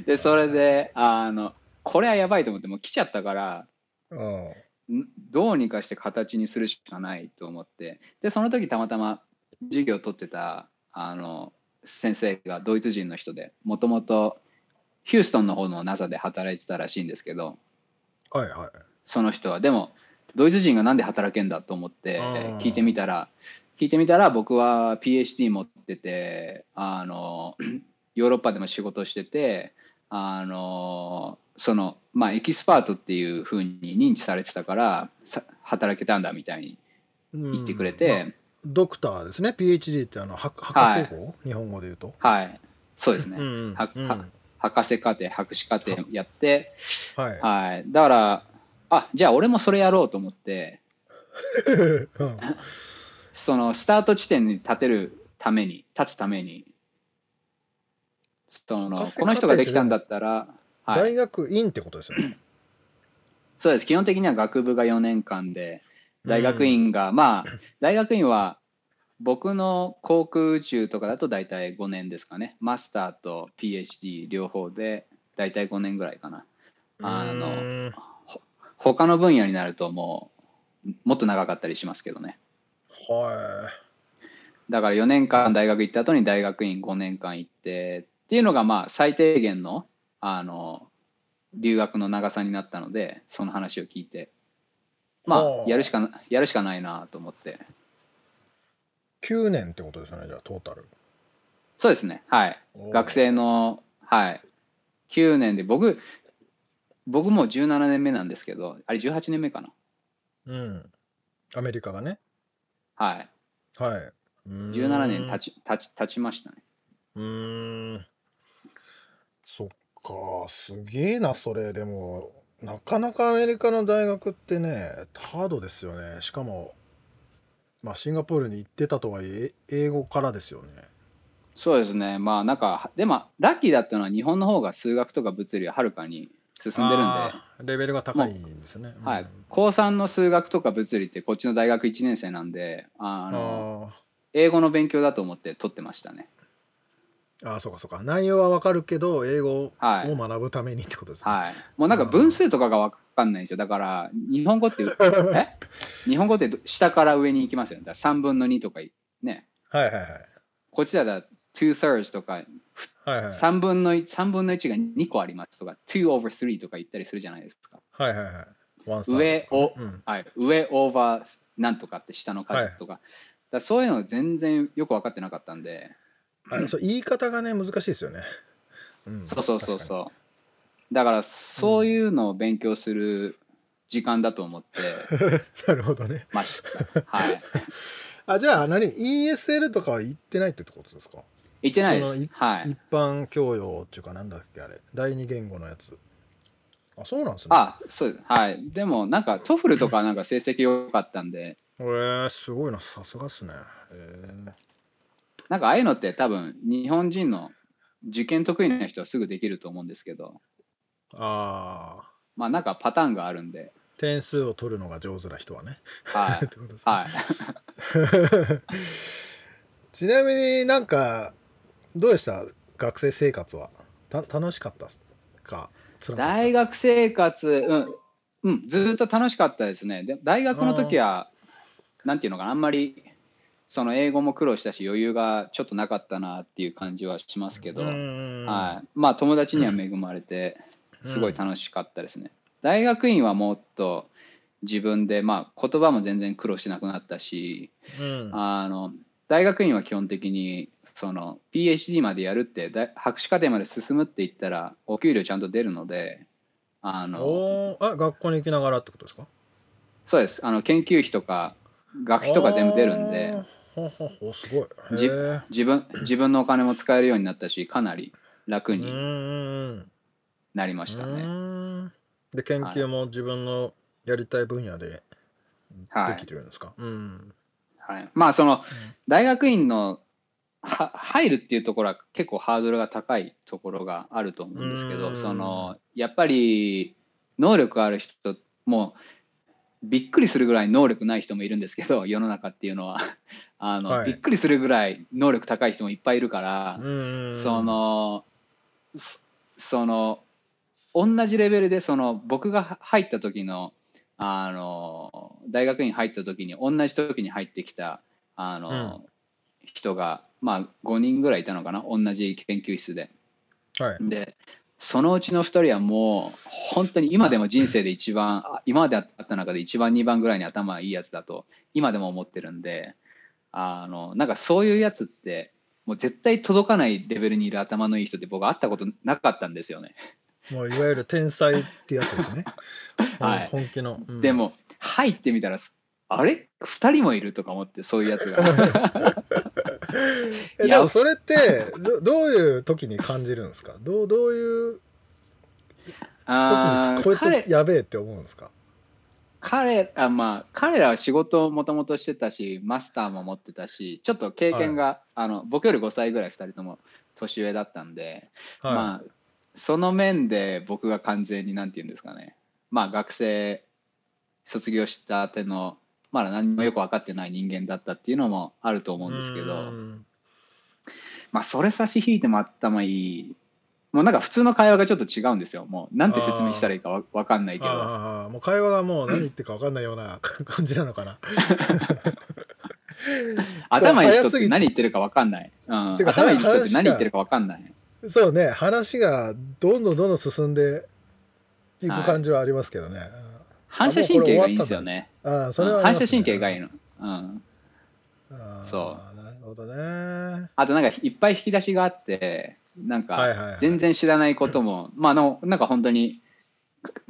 Speaker 4: でそれであのこれはやばいと思ってもう来ちゃったから
Speaker 2: うん
Speaker 4: んどうにかして形にするしかないと思ってでその時たまたま授業を取ってたあの先生がドイツ人の人でもともとヒューストンの方の NASA で働いてたらしいんですけど
Speaker 2: はいはい。
Speaker 4: その人はでもドイツ人がなんで働けんだと思って
Speaker 2: うん
Speaker 4: 聞いてみたら聞いてみたら僕は PhD 持っててあの ヨーロッパでも仕事しててあのそのまあエキスパートっていうふうに認知されてたからさ働けたんだみたいに言ってくれて、
Speaker 2: うんまあドクターですね PhD ってあの博博士号、日本語で言うと、
Speaker 4: はいそうですね、
Speaker 2: うんうん
Speaker 4: は
Speaker 2: うん
Speaker 4: は博士課程博士課程やって
Speaker 2: はい
Speaker 4: はいだからあじゃあ俺もそれやろうと思って
Speaker 2: うん
Speaker 4: そのスタート地点に立てるために立つためにその
Speaker 2: 博士課程
Speaker 4: この人ができたんだったら、はい、
Speaker 2: 大学院ってことですよね
Speaker 4: そうです基本的には学部が4年間で大学院が、まあ大学院は僕の航空宇宙とかだと大体5年ですかねマスターと PhD 両方で大体5年ぐらいかなあの
Speaker 2: うん
Speaker 4: 他の分野になるともうもっと長かったりしますけどね
Speaker 2: は
Speaker 4: だから4年間大学行った後に大学院5年間行ってっていうのがまあ最低限のあの留学の長さになったのでその話を聞いてま
Speaker 2: お
Speaker 4: あ
Speaker 2: う
Speaker 4: やるしかなやるしかないなと思って
Speaker 2: い9年ってことですよねじゃあトータル
Speaker 4: そうですねはい学生のはい9年で僕僕もう17年目なんですけどあれ18年目かな
Speaker 2: うんアメリカがね
Speaker 4: はい
Speaker 2: はい
Speaker 4: 17年
Speaker 2: た
Speaker 4: 経ち経ち経ちましたね
Speaker 2: うーんそっか、すげえな、それ。でも、なかなかアメリカの大学ってね、ハードですよね。しかも、まあ、シンガポールに行ってたとはいえ、英語からですよね。
Speaker 4: そうですねまあなんかでもラッキーだったのは日本の方が数学とか物理ははるかに進んでるんで
Speaker 2: んで。レベルが高いんですね。
Speaker 4: はい
Speaker 2: うん、
Speaker 4: 高3の数学とか物理ってこっちの大学1年生なんであ
Speaker 2: あ
Speaker 4: の
Speaker 2: ー
Speaker 4: 英語の勉強だと思って取ってましたね
Speaker 2: あー、そうかそうか。内容はわかるけど、英語を
Speaker 4: はい
Speaker 2: 学ぶためにってことですね。
Speaker 4: はいもうなんか分数とかが分かんないんですよだから日本語って え日本語ってど下から上に行きますよねだから3分の2とかね
Speaker 2: はい、はい、はい
Speaker 4: こっちだったら2 thirds とか
Speaker 2: はいはい。
Speaker 4: 3分の1 3分の1が2個ありますとか2 over 3とか言ったりするじゃないですか
Speaker 2: はいはいはい。ワンサー
Speaker 4: 上を
Speaker 2: うん
Speaker 4: はい、上オーバーなんとかって下の数とか,、だからそういうの全然よく分かってなかったんで
Speaker 2: はい、そう言い方がね、難しいですよね。うん
Speaker 4: そうそうそ
Speaker 2: 確
Speaker 4: う
Speaker 2: か
Speaker 4: そうだからそういうのを勉強する時間だと 思って
Speaker 2: になるほどね。
Speaker 4: ました、はい
Speaker 2: あじゃあ何 ESL とかは行ってないってことですか、
Speaker 4: 行ってないで
Speaker 2: その
Speaker 4: す
Speaker 2: い
Speaker 4: はい
Speaker 2: 一般教養っていうかなんだっけあれ第二言語のやつあそうなんですね
Speaker 4: あそうですはいでもなんかトフルとかなんか成績良かったんで
Speaker 2: えー、すごいなさすがっすねえー
Speaker 4: なんかああいうのって多分日本人の受験得意な人はすぐできると思うんですけど
Speaker 2: ああ
Speaker 4: まあなんかパターンがあるんで
Speaker 2: 点数を取るのが上手な人はね
Speaker 4: は
Speaker 2: っ
Speaker 4: い
Speaker 2: てことですね、
Speaker 4: はい
Speaker 2: ちなみになんかどうでした学生生活はた楽しかったっすか辛かった
Speaker 4: 大学生活、うん、うん、ずーっと楽しかったですね。で大学の時は、なんていうのかな、あんまり、その英語も苦労したし、余裕がちょっとなかったなっていう感じはしますけど、
Speaker 2: うん
Speaker 4: はい、まあ、友達には恵まれて、すごい楽しかったですね。大学院はもっと自分で、まあ、言葉も全然苦労しなくなったし、
Speaker 2: うん
Speaker 4: あの大学院は基本的にその PhD までやるってだ博士課程まで進むって言ったらお給料ちゃんと出るのであの
Speaker 2: おーあ学校に行きながらってことですか
Speaker 4: そうですあの研究費とか学費とか全部出るんで
Speaker 2: あー。ほほほすごい。
Speaker 4: じ
Speaker 2: へー
Speaker 4: 自分自分のお金も使えるようになったしかなり楽
Speaker 2: うん
Speaker 4: に
Speaker 2: うん
Speaker 4: なりました
Speaker 2: う
Speaker 4: ね。
Speaker 2: んうんで研究も自分のやりたい分野で
Speaker 4: はい
Speaker 2: できてるんですか、うん
Speaker 4: はい、まあその大学院のは入るっていうところは結構ハードルが高いところがあると思うんですけ
Speaker 2: う
Speaker 4: ど
Speaker 2: ん
Speaker 4: そのやっぱり能力ある人もびっくりするぐらい能力ない人もいるんですけど世の中っていうのはあの、
Speaker 2: はい
Speaker 4: びっくりするぐらい能力高い人もいっぱいいるから、
Speaker 2: うん
Speaker 4: そのそその同じレベルでその僕が入った時のあの大学院入った時に同じ時に入ってきたあの、人が、まあ、5人ぐらいいたのかな同じ研究室で。
Speaker 2: はい
Speaker 4: でそのうちの2人はもう本当に今でも人生で一番あ今まであった中で一番2番ぐらいに頭いいやつだと今でも思ってるんであのなんかそういうやつってもう絶対届かないレベルにいる頭のいい人って僕会ったことなかったんですよね。
Speaker 2: もういわゆる天才ってやつですね。
Speaker 4: はい
Speaker 2: 本気の。うん
Speaker 4: で。も入ってみたらあれ2人もいるとか思ってそういうや つが
Speaker 2: え
Speaker 4: いや
Speaker 2: でもそれってどどういう時に感じるんですかどうどういう
Speaker 4: あー
Speaker 2: 時にこい
Speaker 4: 彼
Speaker 2: つやべえって思うんですか
Speaker 4: 彼あまあ彼らは仕事をもともとしてたしマスターも持ってたしちょっと経験が、あの僕より5歳ぐらい2人とも年上だったんで、
Speaker 2: はい、
Speaker 4: まあその面で僕が完全に何て言うんですかねまあ学生卒業したてのまだ何もよく分かってない人間だったっていうのもあると思うんですけど。
Speaker 2: うん
Speaker 4: まあ、それ差し引いても頭いい。もうなんか普通の会話がちょっと違うんですよ。もうなんて説明したらいいかわわかんないけど。
Speaker 2: ああもう会話がもう何言ってるか分かんないような感じなのかな。
Speaker 4: 頭いい人
Speaker 2: 早
Speaker 4: っ
Speaker 2: すぎ
Speaker 4: て
Speaker 2: て
Speaker 4: 何言ってるかわかんない。うん、
Speaker 2: てか
Speaker 4: 頭いい人っ
Speaker 2: 話
Speaker 4: て
Speaker 2: が
Speaker 4: 何言ってるかわかんない。
Speaker 2: そうね話がどんどんどんどん進んでいく感じはありますけどね。
Speaker 4: 反射神経がいいんですよね。
Speaker 2: ああそれ
Speaker 4: う
Speaker 2: は
Speaker 4: ん
Speaker 2: ありま
Speaker 4: 反
Speaker 2: すね、
Speaker 4: 射神経がいいの。うん。
Speaker 2: ああ
Speaker 4: そ
Speaker 2: なるほどね。
Speaker 4: あとなんかいっぱい引き出しがあって、なん
Speaker 2: はい
Speaker 4: か
Speaker 2: はい、はい。
Speaker 4: 全然知らないことも、まああの、なんか本当に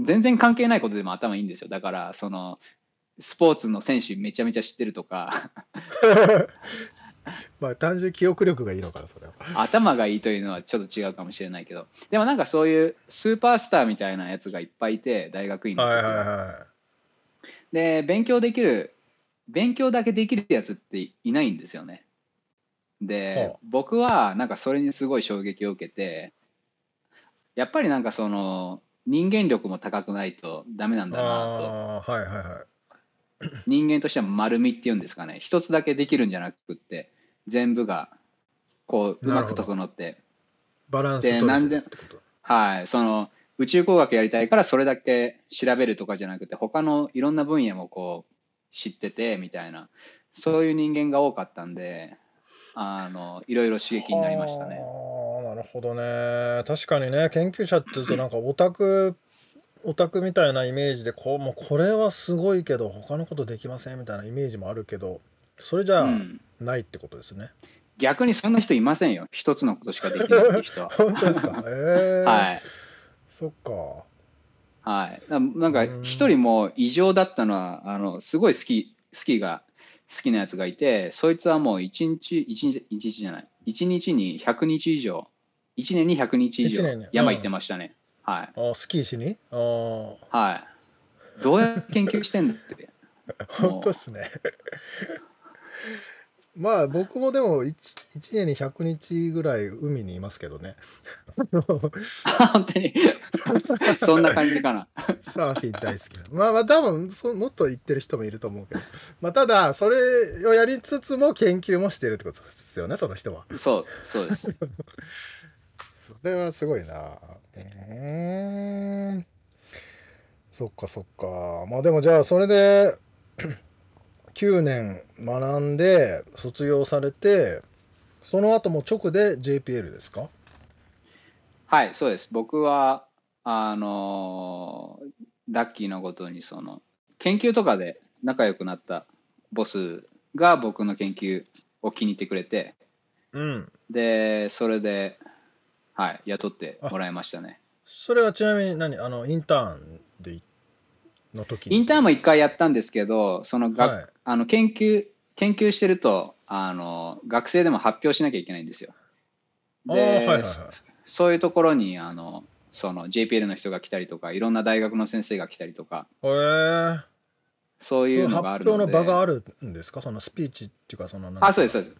Speaker 4: 全然関係ないことでも頭いいんですよ。だから、その、スポーツの選手めちゃめちゃ知ってるとか。
Speaker 2: まあ単純に記憶力がいいのかなそれは。
Speaker 4: 頭がいいというのはちょっと違うかもしれないけどでもなんかそういうスーパースターみたいなやつがいっぱいいて大学院の時
Speaker 2: はい
Speaker 4: は
Speaker 2: はいは
Speaker 4: で勉強できる勉強だけできるやつっていないんですよねで
Speaker 2: ほう
Speaker 4: 僕はなんかそれにすごい衝撃を受けてやっぱりなんかその人間力も高くないとダメなん
Speaker 2: い。
Speaker 4: だな
Speaker 2: ああはいはいはい。
Speaker 4: と人間としては丸みっていうんですかね一つだけできるんじゃなくって全部がこううまく整って
Speaker 2: バランス取れてるってこと
Speaker 4: はい、その宇宙工学やりたいからそれだけ調べるとかじゃなくて他のいろんな分野もこう知っててみたいなそういう人間が多かったんであのいろいろ刺激になりましたね。
Speaker 2: あーなるほどね確かにね研究者っていうとなんかオタクオタクみたいなイメージでこうもうこれはすごいけど他のことできませんみたいなイメージもあるけどそれじ
Speaker 4: う
Speaker 2: ゃ
Speaker 4: ん、
Speaker 2: ないってことですね。
Speaker 4: 逆にそんな人いませんよ一つのことしかできないってい う人は。
Speaker 2: 本当 ですかえー
Speaker 4: はい
Speaker 2: そっか。
Speaker 4: はい、ななんか
Speaker 2: うん
Speaker 4: 一人もう異常だったのはあのすごいスキースキーが好きなやつがいてそいつはもう一日一日一日じゃない一日に100日以上一年に100日以上
Speaker 2: 一年にうん
Speaker 4: 山行ってましたね、はい
Speaker 2: あスキーしにあー
Speaker 4: はいどうやって研究してんだって
Speaker 2: 本当っすね。 まあ僕もでも 1, 一年に100日ぐらい海にいますけどね あの
Speaker 4: 本当に そんな感じかな
Speaker 2: サーフィン大好きな。まあまあ多分そもっと言ってる人もいると思うけど。まあただそれをやりつつも研究もしてるってことですよね、その人は。
Speaker 4: そうそうです
Speaker 2: それはすごいな。えー、そっかそっか。まあでもじゃあそれで 9年学んで卒業されて、その後も直で JPL ですか
Speaker 4: はいそうです僕はあのーラッキーなことにその研究とかで仲良くなったボスが僕の研究を気に入ってくれて
Speaker 2: うん。
Speaker 4: でそれで、はい、雇ってもらいましたね
Speaker 2: それはちなみに何あの、インターンでいの時に
Speaker 4: インターンも一回やったんですけどその学、
Speaker 2: はい
Speaker 4: あの研究研究してるとあの学生でも発表しなきゃいけないんですよ
Speaker 2: あ
Speaker 4: で、
Speaker 2: ーはいはいはい
Speaker 4: そそういうところにあのその JPL の人が来たりとかいろんな大学の先生が来たりとか
Speaker 2: へー
Speaker 4: そういうのがあるので。
Speaker 2: 発表の場があるんですか、そのスピーチっていうか、そのなんか
Speaker 4: あそうです、そうです。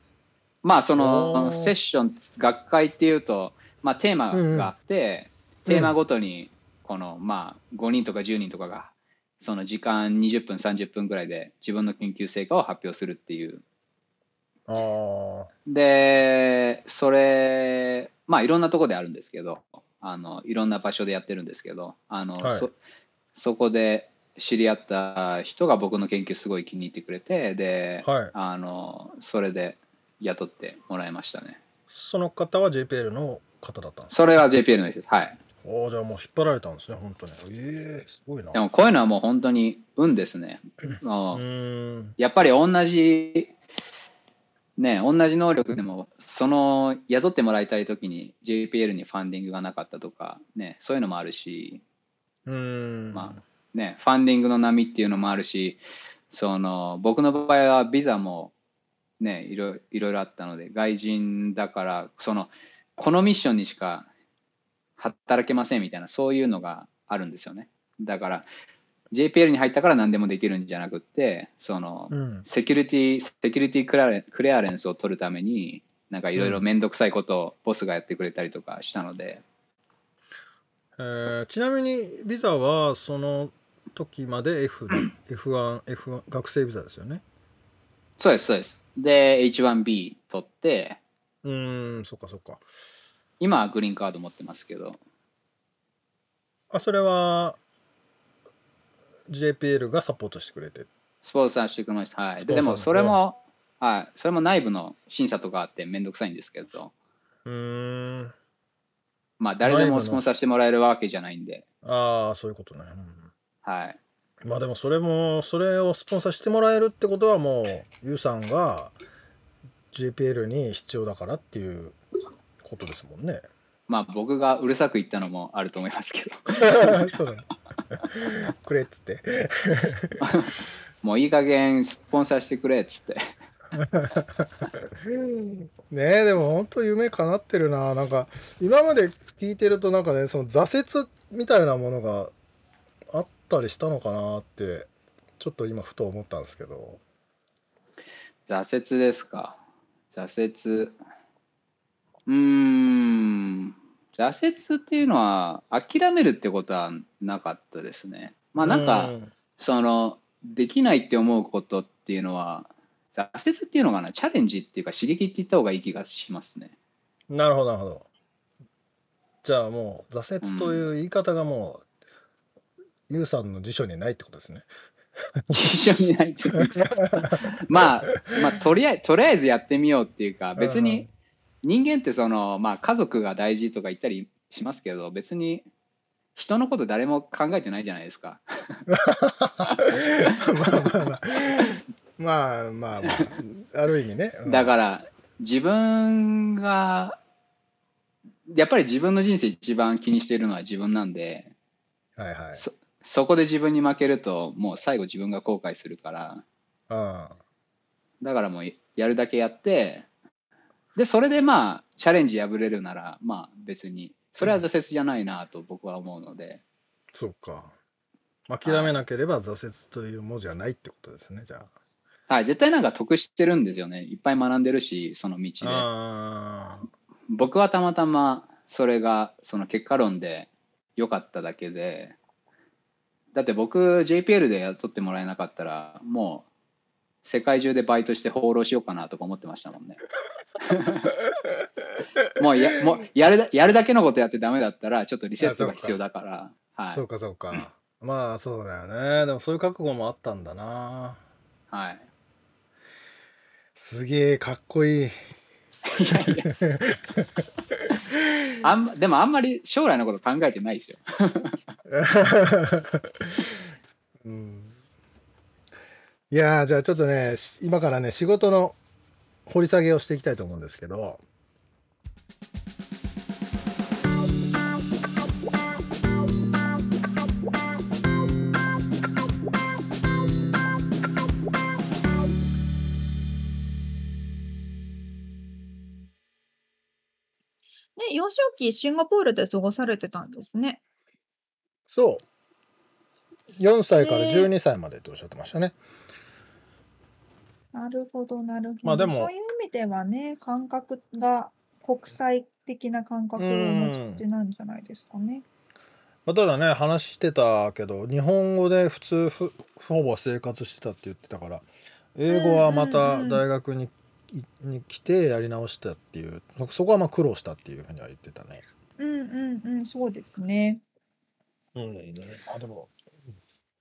Speaker 4: まあ、そ
Speaker 2: おー
Speaker 4: のセッション、学会っていうと、まあ、テーマがあって、
Speaker 2: うんうん
Speaker 4: テーマごとに、この、まあ、5人とか10人とかが、その時間20分、30分ぐらいで自分の研究成果を発表するっていう。
Speaker 2: あー
Speaker 4: で、それ、まあ、いろんなとこであるんですけど、あのいろんな場所でやってるんですけど、あの
Speaker 2: はい
Speaker 4: そそこで知り合った人が僕の研究すごい気に入ってくれて、で、
Speaker 2: はい、
Speaker 4: あのそれで雇ってもらいましたね
Speaker 2: その方は JPL の方だったんですか
Speaker 4: それは JPL の人ですはい
Speaker 2: おーじゃあもう引っ張られたんですね、本当に。えー、すごいな。
Speaker 4: でもこういうのはもう本当に運ですね
Speaker 2: う
Speaker 4: もう
Speaker 2: ーん
Speaker 4: やっぱり同じね、同じ能力でも、その雇ってもらいたいときに JPL にファンディングがなかったとか、ね、そういうのもあるし、
Speaker 2: うーん。
Speaker 4: まあね、ファンディングの波っていうのもあるし、その僕の場合はビザも、ね、いろいろいろあったので、外人だからその、このミッションにしか働けませんみたいな、そういうのがあるんですよね。だから、JPL に入ったから何でもできるんじゃなくって、その、
Speaker 2: うん。
Speaker 4: セキュリティ、セキュリティクラレクレアレンスを取るために、なんかいろいろ面倒くさいことをボスがやってくれたりとかしたので、
Speaker 2: えーちなみに、ビザはその時まで F、F1、F1、学生ビザですよね。
Speaker 4: そうです、そうです。で、H1B 取って、
Speaker 2: うーん、そっかそっか。
Speaker 4: 今はグリーンカード持ってますけど、
Speaker 2: あ、それは JPL がサポートしてくれて。
Speaker 4: スポンサーしてくれました。はい。
Speaker 2: スポンサー
Speaker 4: でも、それも、はい、それも内部の審査とかあって面倒くさいんですけど、
Speaker 2: うーん。
Speaker 4: まあ、誰で
Speaker 2: 内部
Speaker 4: も
Speaker 2: の
Speaker 4: スポンサーしてもらえるわけじゃないんで、
Speaker 2: ああ、そういうことね。うん
Speaker 4: はい。
Speaker 2: まあでもそれもそれをスポンサーしてもらえるってことはもう YOU さんが JPL に必要だからっていうことですもんね。
Speaker 4: まあ、僕がうるさく言ったのもあると思いますけ ど、
Speaker 2: そうだね。 くれっつって。
Speaker 4: もういい加減スポンサーしてくれっつって。
Speaker 2: ねえでも本当夢叶ってるななんか今まで聞いてるとなんかねその挫折みたいなものがあったりしたのかなってちょっと今ふと思ったんですけど。
Speaker 4: 挫折ですか挫折うーん挫折っていうのは諦めるってことはなかったですねまあなんか、
Speaker 2: うん
Speaker 4: そのできないって思うことっていうのは挫折っていうのかなチャレンジっていうか刺激って言った方がいい気がしますね
Speaker 2: なるほど、なるほど。じゃあもう、挫折という言い方がもう、ユウさんの辞書にないってことですね。
Speaker 4: 一緒にないっていうかまあまあとりあえずとりあえずやってみようっていうか別
Speaker 2: うん
Speaker 4: に人間ってその、まあ、家族が大事とか言ったりしますけど別に人のこと誰も考えてないじゃないですか
Speaker 2: まあまあまあ。まあまあまあ、ある意味ね。
Speaker 4: だ
Speaker 2: ら。
Speaker 4: から自分がやっぱり自分の人生一番気にしているのは自分なんで
Speaker 2: はいはい。
Speaker 4: そこで自分に負けるともう最後自分が後悔するから
Speaker 2: うん
Speaker 4: だからもうやるだけやってでそれでまあチャレンジ破れるならまあ別にそれは挫折じゃないなと僕は思うので、
Speaker 2: そうか。諦めなければ挫折という文字はないってことですね、じゃ
Speaker 4: はい、絶対なんか得してるんですよねいっぱい学んでるしその道で
Speaker 2: あ。あ
Speaker 4: 僕はたまたまそれがその結果論で良かっただけでだって僕 JPL で雇ってもらえなかったらもう世界中でバイトして放浪しようかなとか思ってまし たもんねもうやもうやるだやるだけのことやってダメだったらちょっとリセットが必要だから
Speaker 2: あ。
Speaker 4: は
Speaker 2: そ、
Speaker 4: いう
Speaker 2: か、そうか。まあ、そうだよね。でも、そういう覚悟もあったんだな。
Speaker 4: はい、
Speaker 2: すげえ、かっこいい。
Speaker 4: あんまでもあんまり将来のこと考えてないですよ
Speaker 2: うんいやーじゃあちょっとねし今からね仕事の掘り下げをしていきたいと思うんですけど
Speaker 1: ね、幼少期シンガポールで過ごされてたんですね。
Speaker 2: そう4歳から
Speaker 1: ね
Speaker 2: 12歳までっておっしゃってましたね、
Speaker 1: なるほど、なるほど。
Speaker 2: まあでも
Speaker 1: そういう意味ではね、感覚が国際的な感覚をお持ちなんじゃないですかね。
Speaker 2: まあ、ただね話してたけど日本語で普通ふほぼ生活してたって言ってたから英語はま
Speaker 1: うんうん
Speaker 2: た
Speaker 1: うん
Speaker 2: 大学に,、に来てやり直したっていうそそこはまあ苦労したっていうふうには言ってたね
Speaker 1: うんうんうん、そうですね。
Speaker 2: うん、あでも、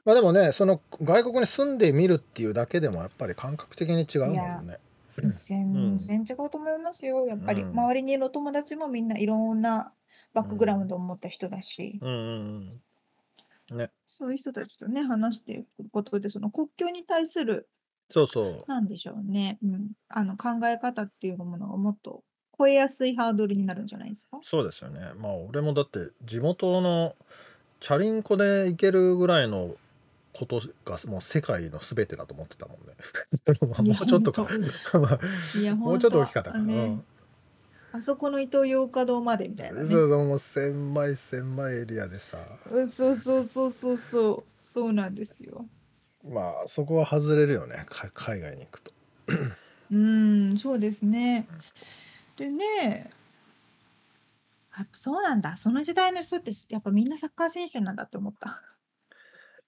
Speaker 2: まあでもね、その外国に住んでみるっていうだけでもやっぱり感覚的に違うもん
Speaker 1: い
Speaker 2: ね
Speaker 1: や。
Speaker 2: うん
Speaker 1: 全然違うと思いますよ。やっぱり
Speaker 2: うん
Speaker 1: 周りにいるお友達もみんないろんなバックグラウンドを持った人だし、
Speaker 2: うんうん
Speaker 1: そういう人たちとね話していくことでその国境に対する
Speaker 2: そうそう。
Speaker 1: なんでしょうね、うん、あの考え方っていうものがもっと超えやすいハードルになるんじゃないです か。
Speaker 2: そうですよね。まあ俺もだって地元のチャリンコで行けるぐらいのことがもう世界の全てだと思ってたもんね。 まあ
Speaker 1: い
Speaker 2: も
Speaker 1: や
Speaker 2: うちょっとか。まあ
Speaker 1: いや
Speaker 2: もうちょっと大きかったか
Speaker 1: ほん
Speaker 2: な。
Speaker 1: とあ
Speaker 2: う
Speaker 1: ね
Speaker 2: ん
Speaker 1: あそこの伊東洋華堂までみたいなね。
Speaker 2: そうそうもう狭い狭いエリアでさ
Speaker 1: うんそうそうそうそうそうそうなんですよ。
Speaker 2: まあそこは外れるよねか海外に行くと
Speaker 1: うんそうですね。でねやっぱそうなんだその時代の人ってやっぱみんなサッカー選手なんだって思った。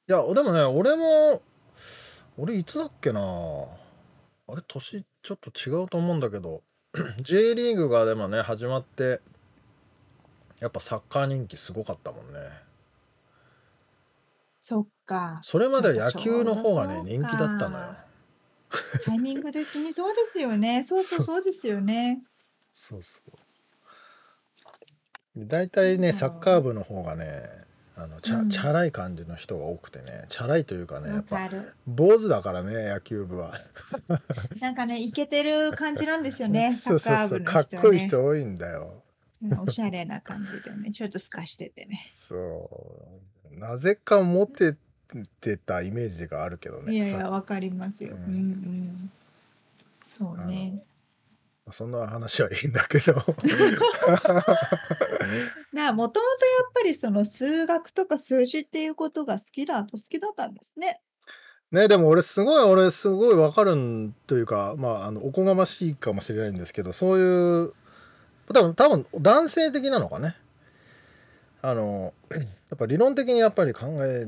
Speaker 2: いやでもね俺も俺いつだっけなあれ年ちょっと違うと思うんだけど J リーグがでもね始まってやっぱサッカー人気すごかったもんね
Speaker 1: そっか
Speaker 2: それまでは野球の方が
Speaker 1: そ
Speaker 2: ね
Speaker 1: うか
Speaker 2: 人気だったのよ
Speaker 1: タイミング的にそうですよねそうそうそうですよね。
Speaker 2: そうそうで大体ね
Speaker 1: そう
Speaker 2: サッカー部の方がねあのチャ,、
Speaker 1: うん
Speaker 2: チャラい感じの人が多くてねチャラいというか ねや
Speaker 1: わ
Speaker 2: っぱ
Speaker 1: かる。
Speaker 2: 坊主だからね野球部は
Speaker 1: なんかねイケてる感じなんですよねサ
Speaker 2: そう
Speaker 1: ッ
Speaker 2: そう
Speaker 1: カー
Speaker 2: そ
Speaker 1: 部の人はね。
Speaker 2: うかっこいい人多いんだよ
Speaker 1: うんおしゃれな感じ でねちょっと透かしててね。
Speaker 2: そう。なぜかモテてたイメージがあるけどね。
Speaker 1: いやい
Speaker 2: さ
Speaker 1: やわかりますよ。
Speaker 2: う
Speaker 1: うんんうん。そうね。
Speaker 2: そんな話はいいんだけど。
Speaker 1: なもともとやっぱりその数学とか数字っていうことが好きだと好きだったんですね。
Speaker 2: ね、でも俺すごい、俺すごいわかるんというか、まあ、あの、おこがましいかもしれないんですけど、そういう、多分、多分男性的なのかね。あの、やっぱ理論的にやっぱり考え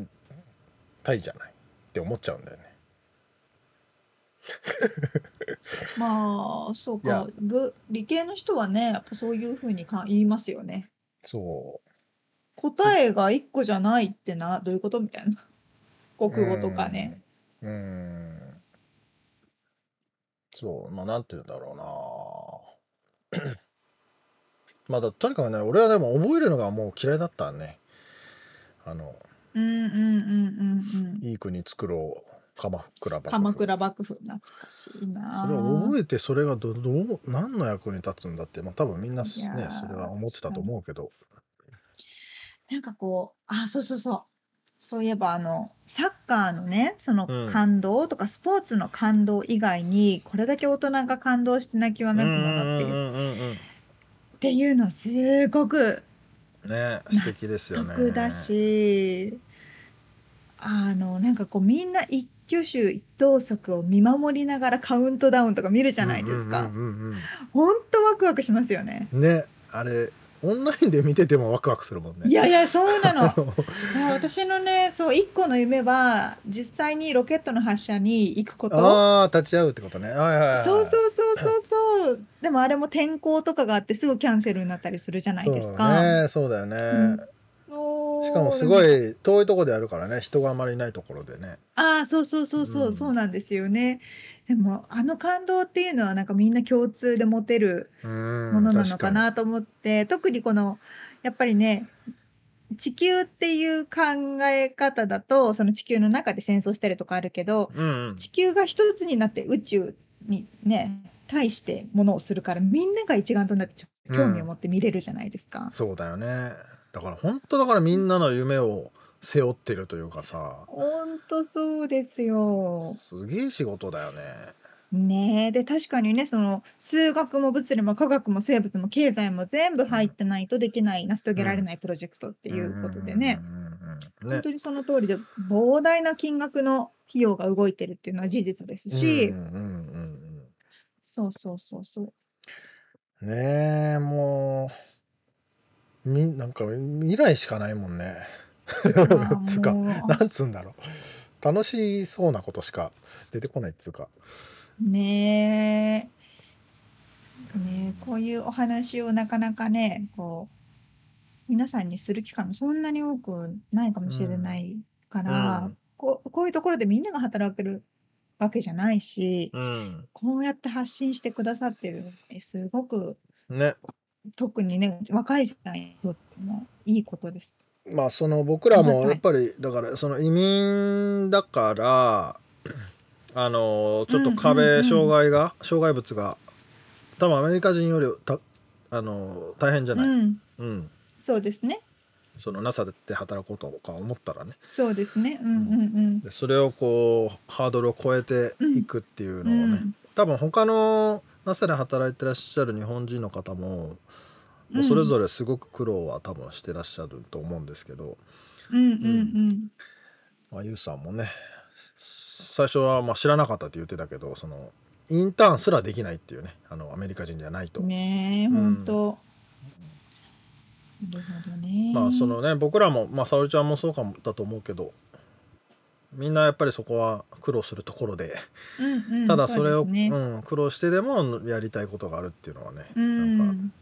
Speaker 2: たいじゃないって思っちゃうんだよね。
Speaker 1: まあそう
Speaker 2: いや
Speaker 1: かぶ理系の人はねやっぱそういうふうにか言いますよね。
Speaker 2: そう。
Speaker 1: 答えが一個じゃないってなどういうことみたいな。国語とかね。
Speaker 2: うん。うん。そう、まあ、なんて言うんだろ うな。まあだ、とにかくね、俺はでも覚えるのがもう嫌いだったね。あの、
Speaker 1: うんうんうんうんうん。
Speaker 2: いい国作ろう、鎌倉幕府。
Speaker 1: 鎌倉幕府懐かしいな。
Speaker 2: それを覚えて、それがど、どう、何の役に立つんだって、まあ多分みんなね、そ
Speaker 1: いやー
Speaker 2: れは思ってたと思うけど。
Speaker 1: なんかこう、あ、そうそうそう。そういえばあのサッカーのねその
Speaker 2: うん
Speaker 1: 感動とか、スポーツの感動以外にこれだけ大人が感動して泣きわめくものっていう,、っ
Speaker 2: うんうんうん
Speaker 1: ていうのはすごく
Speaker 2: うんね、素敵ですよね。
Speaker 1: 得だし、あのなんかこうみんな一挙手一投足を見守りながらカウントダウンとか見るじゃないですか、
Speaker 2: うんうんうんうんうん
Speaker 1: ほんとワクワクしますよね。
Speaker 2: ねあれオンラインで見ててもワクワクするもんね
Speaker 1: い やいやそうなの
Speaker 2: う
Speaker 1: いや私のねそう一個の夢は実際にロケットの発射に行くこと
Speaker 2: ああ立ち会うってことねはいはい、はい、
Speaker 1: そうそうそうそうそう。でもあれも天候とかがあってすぐキャンセルになったりするじゃないですか。
Speaker 2: ねそうだよね、
Speaker 1: そう
Speaker 2: しかもすご
Speaker 1: い。
Speaker 2: い遠いとこでやるからね人があまりいないところでね
Speaker 1: ああ、そうそうそうそう、
Speaker 2: うん
Speaker 1: そうなんですよね。でもあの感動っていうのはなんかみんな共通で持てる
Speaker 2: うん
Speaker 1: ものなのかなと思って、特にこのやっぱりね。地球っていう考え方だとその地球の中で戦争したりとかあるけど
Speaker 2: 確かにうんうん
Speaker 1: 地球が一つになって宇宙にね対してものをするからみんなが一丸となって興味を持って見れるじゃないですか。
Speaker 2: そうだよねだから本当だからみんなの夢を背負ってるというかさ
Speaker 1: ほんとそうですよ。
Speaker 2: すげえ仕事だよね
Speaker 1: ねえで確かにねその数学も物理も科学も生物も経済も全部入ってないとできない成し遂げられないプロジェクトっていうことでね、
Speaker 2: うんうんうん
Speaker 1: 本当にその通りで膨大な金額の費用が動いてるっていうのは事実ですし、
Speaker 2: うんうんうんうん
Speaker 1: そうそうそう そう
Speaker 2: ねえもうみなんか未来しかないもんね
Speaker 1: ああ
Speaker 2: つうか
Speaker 1: もう
Speaker 2: なんつうんだろう楽しそうなことしか出てこないっつうか
Speaker 1: ねえ。なんかね、こういうお話をなかなかね、こう。皆さんにする機会もそんなに多くないかもしれないから、
Speaker 2: うん
Speaker 1: こうこういうところでみんなが働けるわけじゃないし、
Speaker 2: うん
Speaker 1: こうやって発信してくださってるのってすごく
Speaker 2: ね
Speaker 1: 特にね若い世代にとってもいいことです。
Speaker 2: まあその僕ら
Speaker 1: は
Speaker 2: も
Speaker 1: い
Speaker 2: やっぱりだからその移民だからあのちょっと
Speaker 1: うんうんう
Speaker 2: 壁
Speaker 1: ん
Speaker 2: 障害が障害物が多分アメリカ人よりたあの大変じゃない、
Speaker 1: うん、
Speaker 2: うん
Speaker 1: そうですね。そ
Speaker 2: その NASA で働こうとか思ったらね
Speaker 1: そうですね。うんうん
Speaker 2: でそれをこうハードルを超えていくっていう
Speaker 1: うん。う
Speaker 2: のをね、
Speaker 1: ん、
Speaker 2: 多分他の NASA で働いてらっしゃる日本人の方ももうそれぞれすごく苦労は多分してらっしゃると思うんですけど、
Speaker 1: うんうん
Speaker 2: まあ、ゆうさんもね最初はまあ知らなかったって言ってたけどそのインターンすらできないっていうねあのアメリカ人じゃないと、
Speaker 1: うん。ねえ、本当。なるほどね。
Speaker 2: まあそのね僕らもまあ沙織ちゃんもそうかもだと思うけどみんなやっぱりそこは苦労するところで、
Speaker 1: うんうん、
Speaker 2: ただそれを
Speaker 1: うですね
Speaker 2: うん、苦労してでもやりたいことがあるっていうのはね、
Speaker 1: う
Speaker 2: なんか
Speaker 1: ん、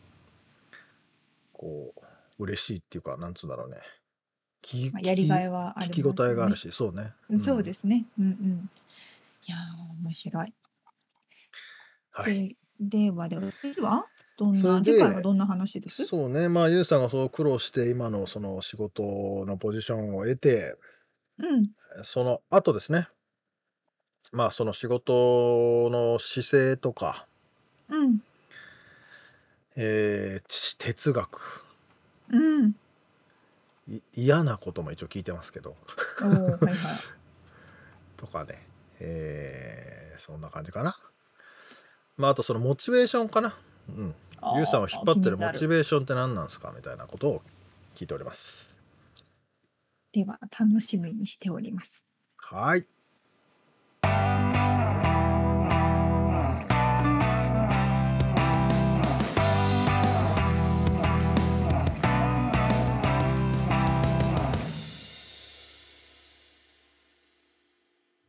Speaker 2: こう嬉しいっていうかなんつうんだろうね聞き
Speaker 1: まあ、やりがいはある、
Speaker 2: 聞き応えがある。しそうね、、
Speaker 1: そうですすね。うんうん。いやー面白い。
Speaker 2: はい、
Speaker 1: で、ではでは次はどん
Speaker 2: そ
Speaker 1: な
Speaker 2: れで
Speaker 1: 次回はどんな話です？
Speaker 2: そうねまあゆうさんがそう苦労して今のその仕事のポジションを得て
Speaker 1: うん
Speaker 2: その後ですねまあその仕事の姿勢とか、
Speaker 1: うん
Speaker 2: えーち哲学
Speaker 1: うん。
Speaker 2: い嫌なことも一応聞いてますけど
Speaker 1: おおはいはい。
Speaker 2: とかね、えーそんな感じかなまああとそのモチベーションかなうん
Speaker 1: あー
Speaker 2: ゆうさんを引っ張ってるモ
Speaker 1: 気
Speaker 2: チ
Speaker 1: にな
Speaker 2: ベーションって何なんですかみたいなことを聞いております
Speaker 1: では楽しみにしております。
Speaker 2: はい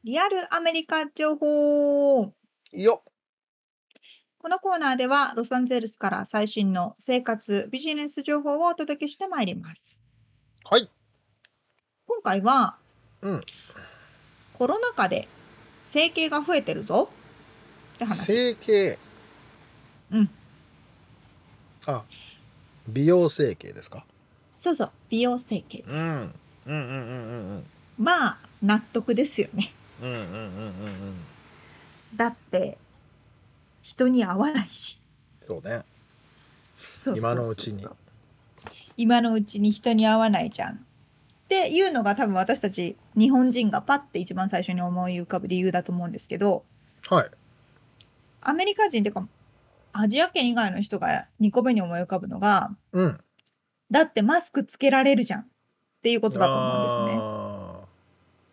Speaker 1: リアルアメリカ情報
Speaker 2: よっ
Speaker 1: このコーナーではロサンゼルスから最新の生活ビジネス情報をお届けしてまいります。
Speaker 2: はい
Speaker 1: 今回は、
Speaker 2: うん
Speaker 1: コロナ禍で整形が増えてるぞって話。
Speaker 2: 整形
Speaker 1: うん
Speaker 2: あ美容整形ですか
Speaker 1: そうそう美容整形。
Speaker 2: うんうんうんうん
Speaker 1: まあ納得ですよね。
Speaker 2: うんうんうんうんうんうん
Speaker 1: だって人に合わないし。
Speaker 2: そうね
Speaker 1: そうそうそうそう
Speaker 2: 今のうちに
Speaker 1: 今のうちに人に会わないじゃんっていうのが多分私たち日本人がパッて一番最初に思い浮かぶ理由だと思うんですけど
Speaker 2: はい
Speaker 1: アメリカ人っていうかアジア圏以外の人が2個目に思い浮かぶのが
Speaker 2: うん
Speaker 1: だってマスクつけられるじゃんっていうことだと思うんですね。
Speaker 2: あー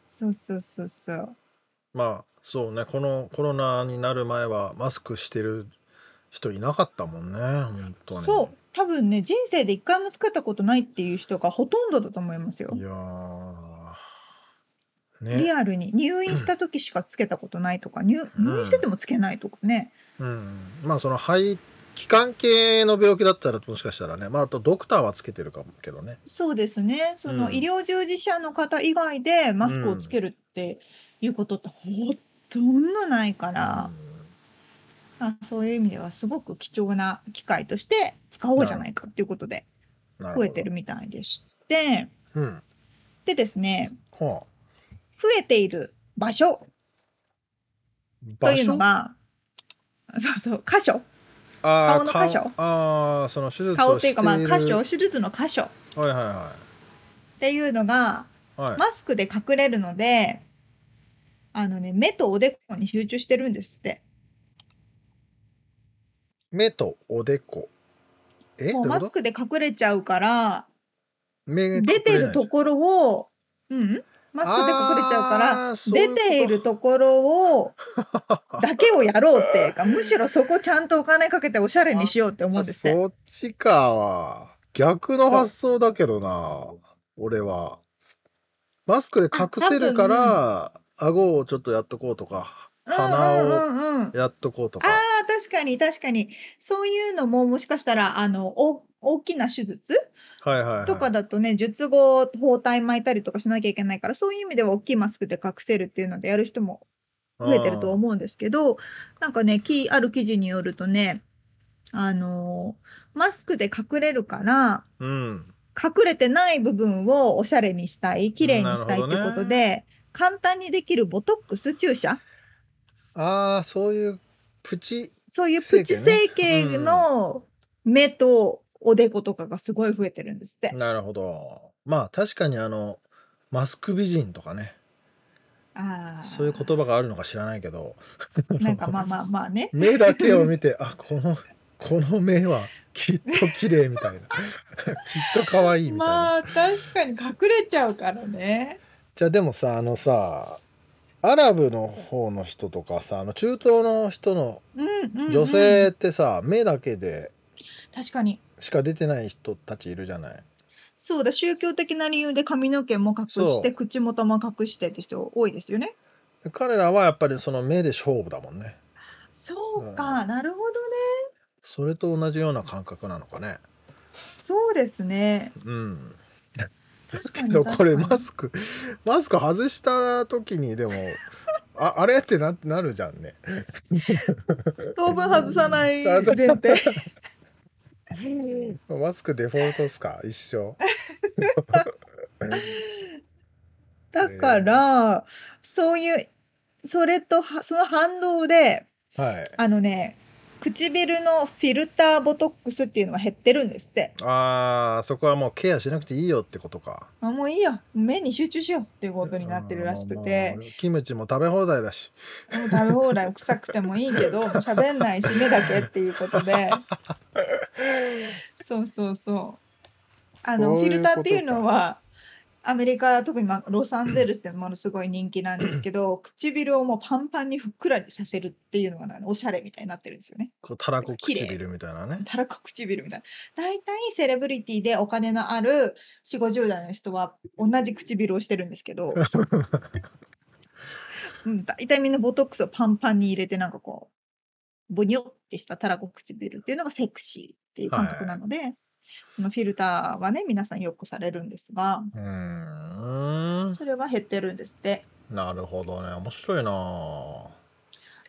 Speaker 1: そうそうそうそう。
Speaker 2: まあそうねこのコロナになる前はマスクしてる人いなかったもんね本当に
Speaker 1: そう多分ね人生で一回も使ったことないっていう人がほとんどだと思いますよ。
Speaker 2: やー
Speaker 1: リ
Speaker 2: ね
Speaker 1: アルに入院した時しかつけたことないとか入
Speaker 2: うん
Speaker 1: 入院しててもつけないとかね、
Speaker 2: うんまあその肺気管系の病気だったらもしかしたらねまああとドクターはつけてるかもけどね
Speaker 1: そうですねその、
Speaker 2: うん
Speaker 1: 医療従事者の方以外でマスクをつけるっていうことってほとんどないから、まあ、そういう意味ではすごく貴重な機会として使おうじゃないかっていうことで
Speaker 2: うんなるほ
Speaker 1: 増
Speaker 2: ど
Speaker 1: えてるみたいでして
Speaker 2: うん
Speaker 1: でですね
Speaker 2: はあ
Speaker 1: 増えている場所と
Speaker 2: 場
Speaker 1: いうの
Speaker 2: 所
Speaker 1: がそうそう箇所顔
Speaker 2: あー
Speaker 1: の箇所
Speaker 2: ああその手術を
Speaker 1: 顔っていうかまあ
Speaker 2: している
Speaker 1: 箇所手術の箇所っ
Speaker 2: はいはいは
Speaker 1: ていうのが
Speaker 2: いはい、
Speaker 1: マスクで隠れるので、あのね、目とおでこに集中してるんですって。
Speaker 2: 目とおでこえ
Speaker 1: もう
Speaker 2: どうい
Speaker 1: マ
Speaker 2: うこ
Speaker 1: ス
Speaker 2: と
Speaker 1: クで隠れちゃうから、
Speaker 2: 目が隠れ
Speaker 1: 出て
Speaker 2: ない
Speaker 1: るところを、うん、マスクで隠れちゃうから、
Speaker 2: あーそういう
Speaker 1: 出
Speaker 2: こと
Speaker 1: ているところを、だけをやろうっていうか、むしろそこちゃんとお金かけておしゃれにしようって思うんですって。
Speaker 2: そっちか。逆の発想だけどな、俺は。マスクで隠せるから、顎をちょっとやっとこうとか、
Speaker 1: うん
Speaker 2: 鼻を
Speaker 1: うんうんうん。
Speaker 2: やっとこうとか
Speaker 1: あ。あ、確かに確かに。そういうのももしかしたら、あの、お大きな手術
Speaker 2: はいはい、はい。
Speaker 1: とかだとね、術後、包帯巻いたりとかしなきゃいけないから、そういう意味では大きいマスクで隠せるっていうのでやる人も増えてると思うんですけど、なんかね、きある記事によるとね、あのーマスクで隠れるから、
Speaker 2: うん。うん。
Speaker 1: 隠れてない部分をおしゃれにしたい、綺麗にしたいっていうことで、簡単にできるボトックス注射
Speaker 2: ああ、そういうプチ、
Speaker 1: そういうプチ整形の目とおでことかがすごい増えてるんですって。
Speaker 2: なるほど。まあ確かにあの、マスク美人とかね、
Speaker 1: あー
Speaker 2: そういう言葉があるのか知らないけど、
Speaker 1: なんかまあまあまあね。
Speaker 2: 目だけを見て、あ、この、この目はきっと綺麗みたいな。きっと可愛いみたいな。
Speaker 1: まあ確かに隠れちゃうからね。
Speaker 2: じゃあでもさあのさアラブの方の人とかさあの中東の人の
Speaker 1: うんうん、うん。
Speaker 2: 女性ってさ、目だけで
Speaker 1: 確かに。
Speaker 2: しか出てない人たちいるじゃない
Speaker 1: そうだ宗教的な理由で髪の毛も隠し
Speaker 2: そ
Speaker 1: て
Speaker 2: う
Speaker 1: 口元も隠してって人多いですよね。
Speaker 2: で彼らはやっぱりその目で勝負だもんね
Speaker 1: そうか、なるほどね。
Speaker 2: それと同じような感覚なのかね
Speaker 1: そうですね。
Speaker 2: うん
Speaker 1: 確か
Speaker 2: け
Speaker 1: に
Speaker 2: どこれ
Speaker 1: 確かに
Speaker 2: マスクマスク外した時にでもああれってななるじゃんね
Speaker 1: 当分外さない
Speaker 2: うん
Speaker 1: 前提。
Speaker 2: マスクデフォルトっす か一緒
Speaker 1: だから、そういうそれとはその反動で
Speaker 2: はい
Speaker 1: あのね唇のフィルターボトックスっていうのは減ってるんですって
Speaker 2: あーそこはもうケアしなくていいよってことか。
Speaker 1: あもういいよ目に集中しようっていうことになってるらしくて
Speaker 2: うん。キムチも食べ放題だし。
Speaker 1: もう食べ放題臭くてもいい けどもう喋んないし目だけっていうことでそうそうそうあの
Speaker 2: そういう
Speaker 1: フィルターっていう
Speaker 2: こと
Speaker 1: の
Speaker 2: か
Speaker 1: はアメリカ特にまあロサンゼルスでものすごい人気なんですけど唇をもうパンパンにふっくらにさせるっていうのがなんかおしゃれみたいになってるんですよね
Speaker 2: こうたらこ唇みたいなね。
Speaker 1: たらこ唇みたいな大体セレブリティでお金のある4 5 0代の人は同じ唇をしてるんですけど、うん、大体みんなボトックスをパンパンに入れてなんかこうボニョってしたたらこ唇っていうのがセクシーっていう感覚なので、このフィルターはね皆さんよくされるんですが
Speaker 2: うーん。
Speaker 1: それは減ってるんですって。
Speaker 2: なるほどね。面白いなぁ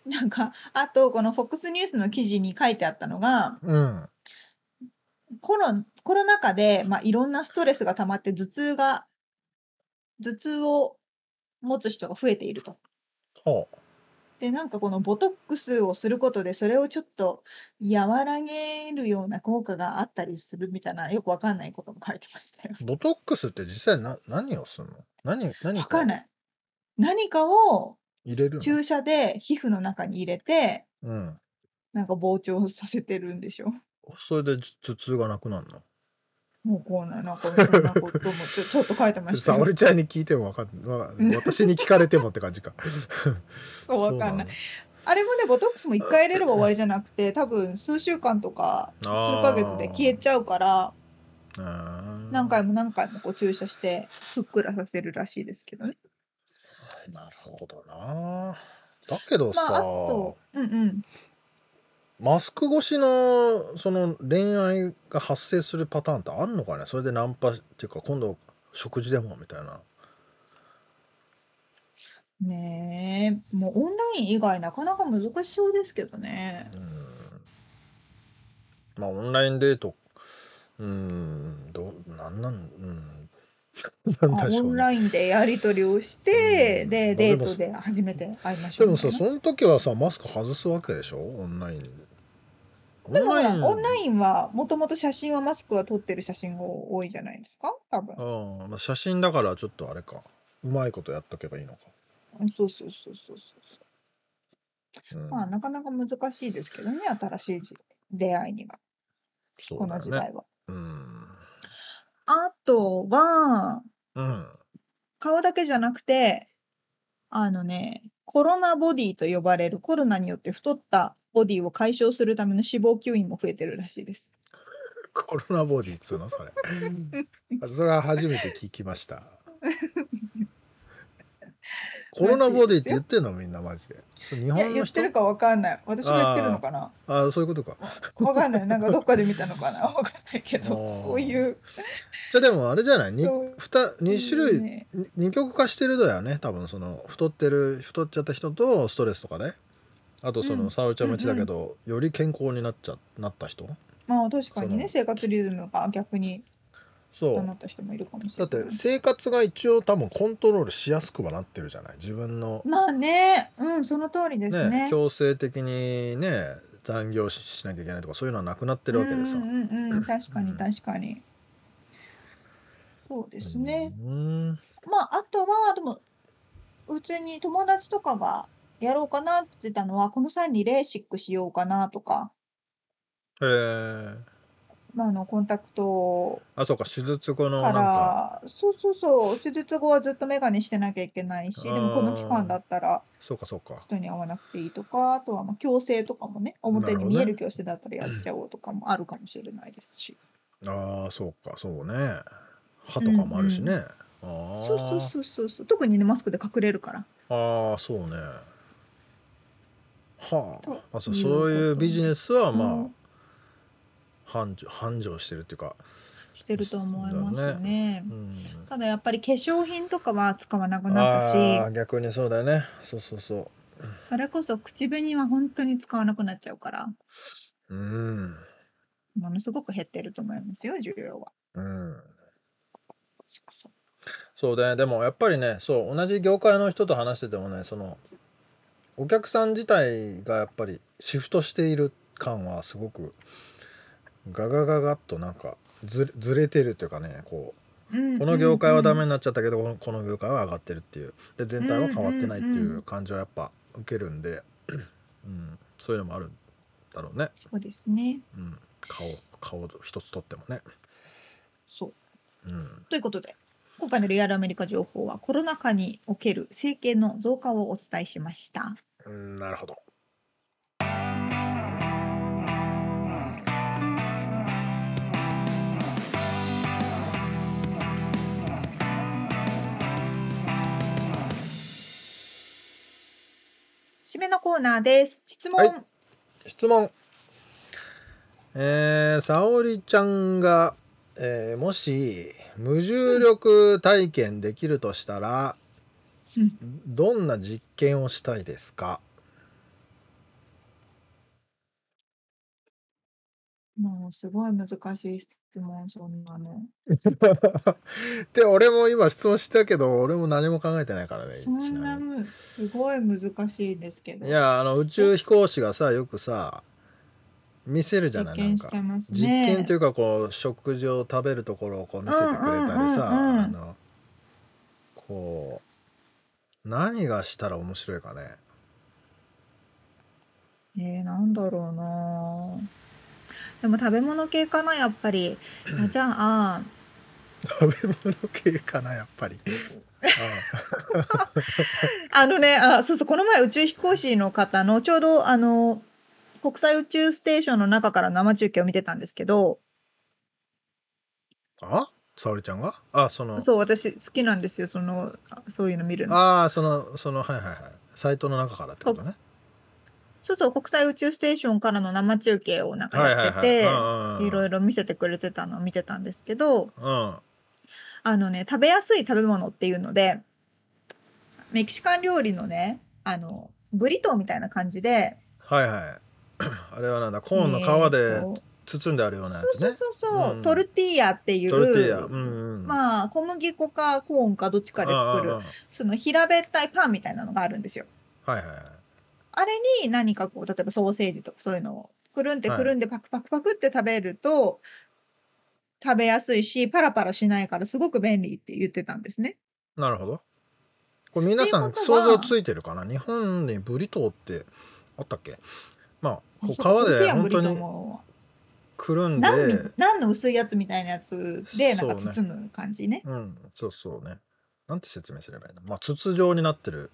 Speaker 1: なんかあとこの FOX ニュースの記事に書いてあったのが
Speaker 2: うん。
Speaker 1: コロコロナ禍で、まあ、いろんなストレスが溜まって頭痛が頭痛を持つ人が増えていると。
Speaker 2: ほう。
Speaker 1: でなんかこのボトックスをすることでそれをちょっと和らげるような効果があったりするみたいなよくわかんないことも書いてましたよ。
Speaker 2: ボトックスって実際な何をするの何何
Speaker 1: わか
Speaker 2: か
Speaker 1: んない。何かを
Speaker 2: 入れるの
Speaker 1: 注射で皮膚の中に入れて
Speaker 2: うん。
Speaker 1: なんか膨張させてるんでしょ。
Speaker 2: それで頭痛がなくなるの
Speaker 1: もうこうななんかそんなこともちょちょっと書いてました
Speaker 2: 沙
Speaker 1: よ。
Speaker 2: 織ちゃんに聞いてもわかんない。私に聞かれてもって感じか。
Speaker 1: そう わかんない。
Speaker 2: い。
Speaker 1: あれもね、ボトックスも1回入れれば終わりじゃなくて、多分数週間とか数
Speaker 2: あー
Speaker 1: ヶ月で消えちゃうから、
Speaker 2: 何
Speaker 1: 何回も何回もこう注射して、ふっくらさせるらしいですけどね。
Speaker 2: なるほどな。だけどさ、
Speaker 1: まあ、あと、うんうん。
Speaker 2: マスク越しのその恋愛が発生するパターンってあるのかねそれでナンパっていうか今度食事でもみたいな。
Speaker 1: ねえ、もうオンライン以外なかなか難しそうですけどね
Speaker 2: う。んまあオンラインデートうんどうなんなんうん
Speaker 1: あ
Speaker 2: なんでしょ
Speaker 1: オ
Speaker 2: う
Speaker 1: ン
Speaker 2: ね。
Speaker 1: ラインでやり取りをして、
Speaker 2: うん
Speaker 1: で、
Speaker 2: まあ
Speaker 1: デ
Speaker 2: でも
Speaker 1: ートで初めて会いましょ
Speaker 2: で
Speaker 1: う
Speaker 2: も
Speaker 1: みた
Speaker 2: さ
Speaker 1: いな。
Speaker 2: その時はさマスク外すわけでしょオンライン。
Speaker 1: でもほら、オンラ
Speaker 2: ン
Speaker 1: インはもともと写真はマスクは撮ってる写真が多いじゃないですか、多分。
Speaker 2: うんまあ写真だからちょっとあれかうまいことやっとけばいいのか。
Speaker 1: そうそうそうそうそうそう。
Speaker 2: うん
Speaker 1: まあ、なかなか難しいですけどね、新しいじ出会いには、
Speaker 2: そう
Speaker 1: こ
Speaker 2: だ
Speaker 1: の
Speaker 2: よ
Speaker 1: 時
Speaker 2: ね
Speaker 1: 代は。
Speaker 2: うん。
Speaker 1: あとは、
Speaker 2: うん。
Speaker 1: 顔だけじゃなくて、あのね、コロナボディと呼ばれるコロナによって太ったボディを解消するための脂肪吸引も増えてるらしいです。
Speaker 2: コロナボディっつう のそれ。それは初めて聞きました。コロナボディって言ってんのみんなマジで。そう日
Speaker 1: いや、
Speaker 2: 本
Speaker 1: 言っ
Speaker 2: の
Speaker 1: て
Speaker 2: 人
Speaker 1: るかわかんない。私が言ってるのかな
Speaker 2: ああそういうことか。
Speaker 1: わかんない。なんかどっかで見たのかなわかんないけど
Speaker 2: あ、ー
Speaker 1: そういう。
Speaker 2: じゃあでもあれじゃないに
Speaker 1: そう
Speaker 2: 二二種
Speaker 1: そういう
Speaker 2: 類
Speaker 1: ね
Speaker 2: に二極化してるだよね多分その太ってる太っちゃった人とストレスとかで。あとそ
Speaker 1: うん
Speaker 2: の沙織ちゃんも言ってたけど、より健康になっちゃなった人
Speaker 1: まあ確かに
Speaker 2: そ
Speaker 1: ね、
Speaker 2: の
Speaker 1: 生活リズムが逆に
Speaker 2: そ
Speaker 1: と
Speaker 2: う
Speaker 1: なった人もいるかもしれ
Speaker 2: だっ
Speaker 1: ない
Speaker 2: て。生活が一応多分コントロールしやすくはなってるじゃない自分の、
Speaker 1: まあね、うん、その通りですね。
Speaker 2: ね、強制的にね残業ししなきゃいけないとかそういうのはなくなってるわけで
Speaker 1: う
Speaker 2: さ
Speaker 1: んうんうん、確か
Speaker 2: う
Speaker 1: に
Speaker 2: ん
Speaker 1: 確かに。そうですね。
Speaker 2: うん
Speaker 1: まああとはでもうちに友達とかがやろうかなって言ってたのはこの際にレーシックしようかなとか、
Speaker 2: へえ
Speaker 1: まあ、あのコンタクト
Speaker 2: あそうか手術後の
Speaker 1: か
Speaker 2: なんから
Speaker 1: そうそうそう手術後はずっと眼鏡してなきゃいけないしでもこの期間だったら
Speaker 2: そうかそうか
Speaker 1: 人に会わなくていいとかあとはまあ矯正とかもね表
Speaker 2: な
Speaker 1: に
Speaker 2: るほどね
Speaker 1: 見える矯正だったらやっちゃおうとかもあるかもしれないですし。
Speaker 2: ああそうかそうね歯とかもあるしね、あ
Speaker 1: そうそうそうそうそう特にねマスクで隠れるから。
Speaker 2: あああそうねは
Speaker 1: と
Speaker 2: ああそうそういうビジネスはまあ、
Speaker 1: うん
Speaker 2: 繁盛繁盛してるっていうか、
Speaker 1: してると思います
Speaker 2: そうだ
Speaker 1: ね
Speaker 2: うん、
Speaker 1: ただやっぱり化粧品とかは使わなくな
Speaker 2: あ
Speaker 1: っ
Speaker 2: ー逆にそうだよねそうそうそ
Speaker 1: たしそれこそ口紅は本当に使わなくなっちゃうから
Speaker 2: ううん
Speaker 1: ものすごく減ってると思いますよ需要は。
Speaker 2: うん
Speaker 1: そうそう
Speaker 2: そうだねでもやっぱりねそう同じ業界の人と話しててもねそのお客さん自体がやっぱりシフトしている感はすごくガガガガッとなんかずずれてるっていうかねこうこの業界はダメになっちゃったけど、このこの業界は上がってるっていうで全体は変わってないって
Speaker 1: ん
Speaker 2: い
Speaker 1: うんう
Speaker 2: うんう感じはやっぱ受けるんで、うん、そういうのもあるんだろうね、
Speaker 1: そうですね。
Speaker 2: うん、顔顔一つとってもね。
Speaker 1: そう
Speaker 2: うん
Speaker 1: ということで今回のリアルアメリカ情報はコロナ禍における整形の増加をお伝えしました。
Speaker 2: うん、なるほど。
Speaker 1: 締めのコーナーです。質問、
Speaker 2: はい質問えー、沙織ちゃんが、えーもし無重力体験できるとしたら、
Speaker 1: うん
Speaker 2: どんな実験をしたいですか
Speaker 1: もうすごい難しい質問そんなの。
Speaker 2: って俺も今質問したけど俺も何も考えてないからね
Speaker 1: そんな
Speaker 2: ちなみ
Speaker 1: むすごい難しいですけど。
Speaker 2: にいやあの宇宙飛行士がさよくさ見せるじゃな
Speaker 1: 実
Speaker 2: いなん
Speaker 1: 験し
Speaker 2: か
Speaker 1: てます
Speaker 2: 実
Speaker 1: ね。
Speaker 2: 験というかこう食事を食べるところをこう見せてくれたりさ、
Speaker 1: うんうんうんうん
Speaker 2: あのこう何がしたら面白い かね
Speaker 1: えー、なんだろうなでも食べ物系かなやっぱりあじゃあ
Speaker 2: 食べ物系かなやっぱり
Speaker 1: あのねあそうそうこの前宇宙飛行士の方のちょうどあの国際宇宙ステーションの中から生中継を見てたんですけど
Speaker 2: うんあ沙織ちゃんがあその
Speaker 1: そう私好きなんですよそのあそういうの見るの
Speaker 2: ああそのそのはいはいはいサイトの中からってことね
Speaker 1: そうそう国際宇宙ステーションからの生中継をなんか
Speaker 2: はいは
Speaker 1: や
Speaker 2: い
Speaker 1: って
Speaker 2: はい
Speaker 1: て、
Speaker 2: うんうんうん
Speaker 1: いろいろ見せてくれてたのを見てたんですけど
Speaker 2: うん
Speaker 1: あのね食べやすい食べ物っていうのでメキシカン料理のねあのブリトーみたいな感じで
Speaker 2: はい はいあれはなんだコーンの皮
Speaker 1: え
Speaker 2: で
Speaker 1: ーと
Speaker 2: 包んであるようなやつ
Speaker 1: そう
Speaker 2: ね
Speaker 1: そうそうそう、
Speaker 2: うん
Speaker 1: トルティーヤっていう
Speaker 2: トルティーヤうんうん
Speaker 1: まあ小麦粉かコーンかどっちかで作
Speaker 2: うんう
Speaker 1: る
Speaker 2: んうん
Speaker 1: その平べったいパンみたいなのがあるんですよ。
Speaker 2: はいはいはい
Speaker 1: あれに何かこう例えばソーセージとかそういうのをくるんでくるんでパクパクパクって食べると、食べやすいしパラパラしないからすごく便利って言ってたんですね。
Speaker 2: なるほど。これ皆さ
Speaker 1: っ
Speaker 2: ん
Speaker 1: ていうことは
Speaker 2: 想像ついてるかな日本にブリトーってあったっけまあこう皮
Speaker 1: そうトルティー
Speaker 2: で
Speaker 1: ヤブ
Speaker 2: 本
Speaker 1: リト
Speaker 2: 当
Speaker 1: ー
Speaker 2: に
Speaker 1: も
Speaker 2: くるんで
Speaker 1: 何の何の薄いやつみたいなやつでなんか
Speaker 2: そうね
Speaker 1: 包む感じね。
Speaker 2: うんそうそうねなんて説明すればいいのまあ筒状になってる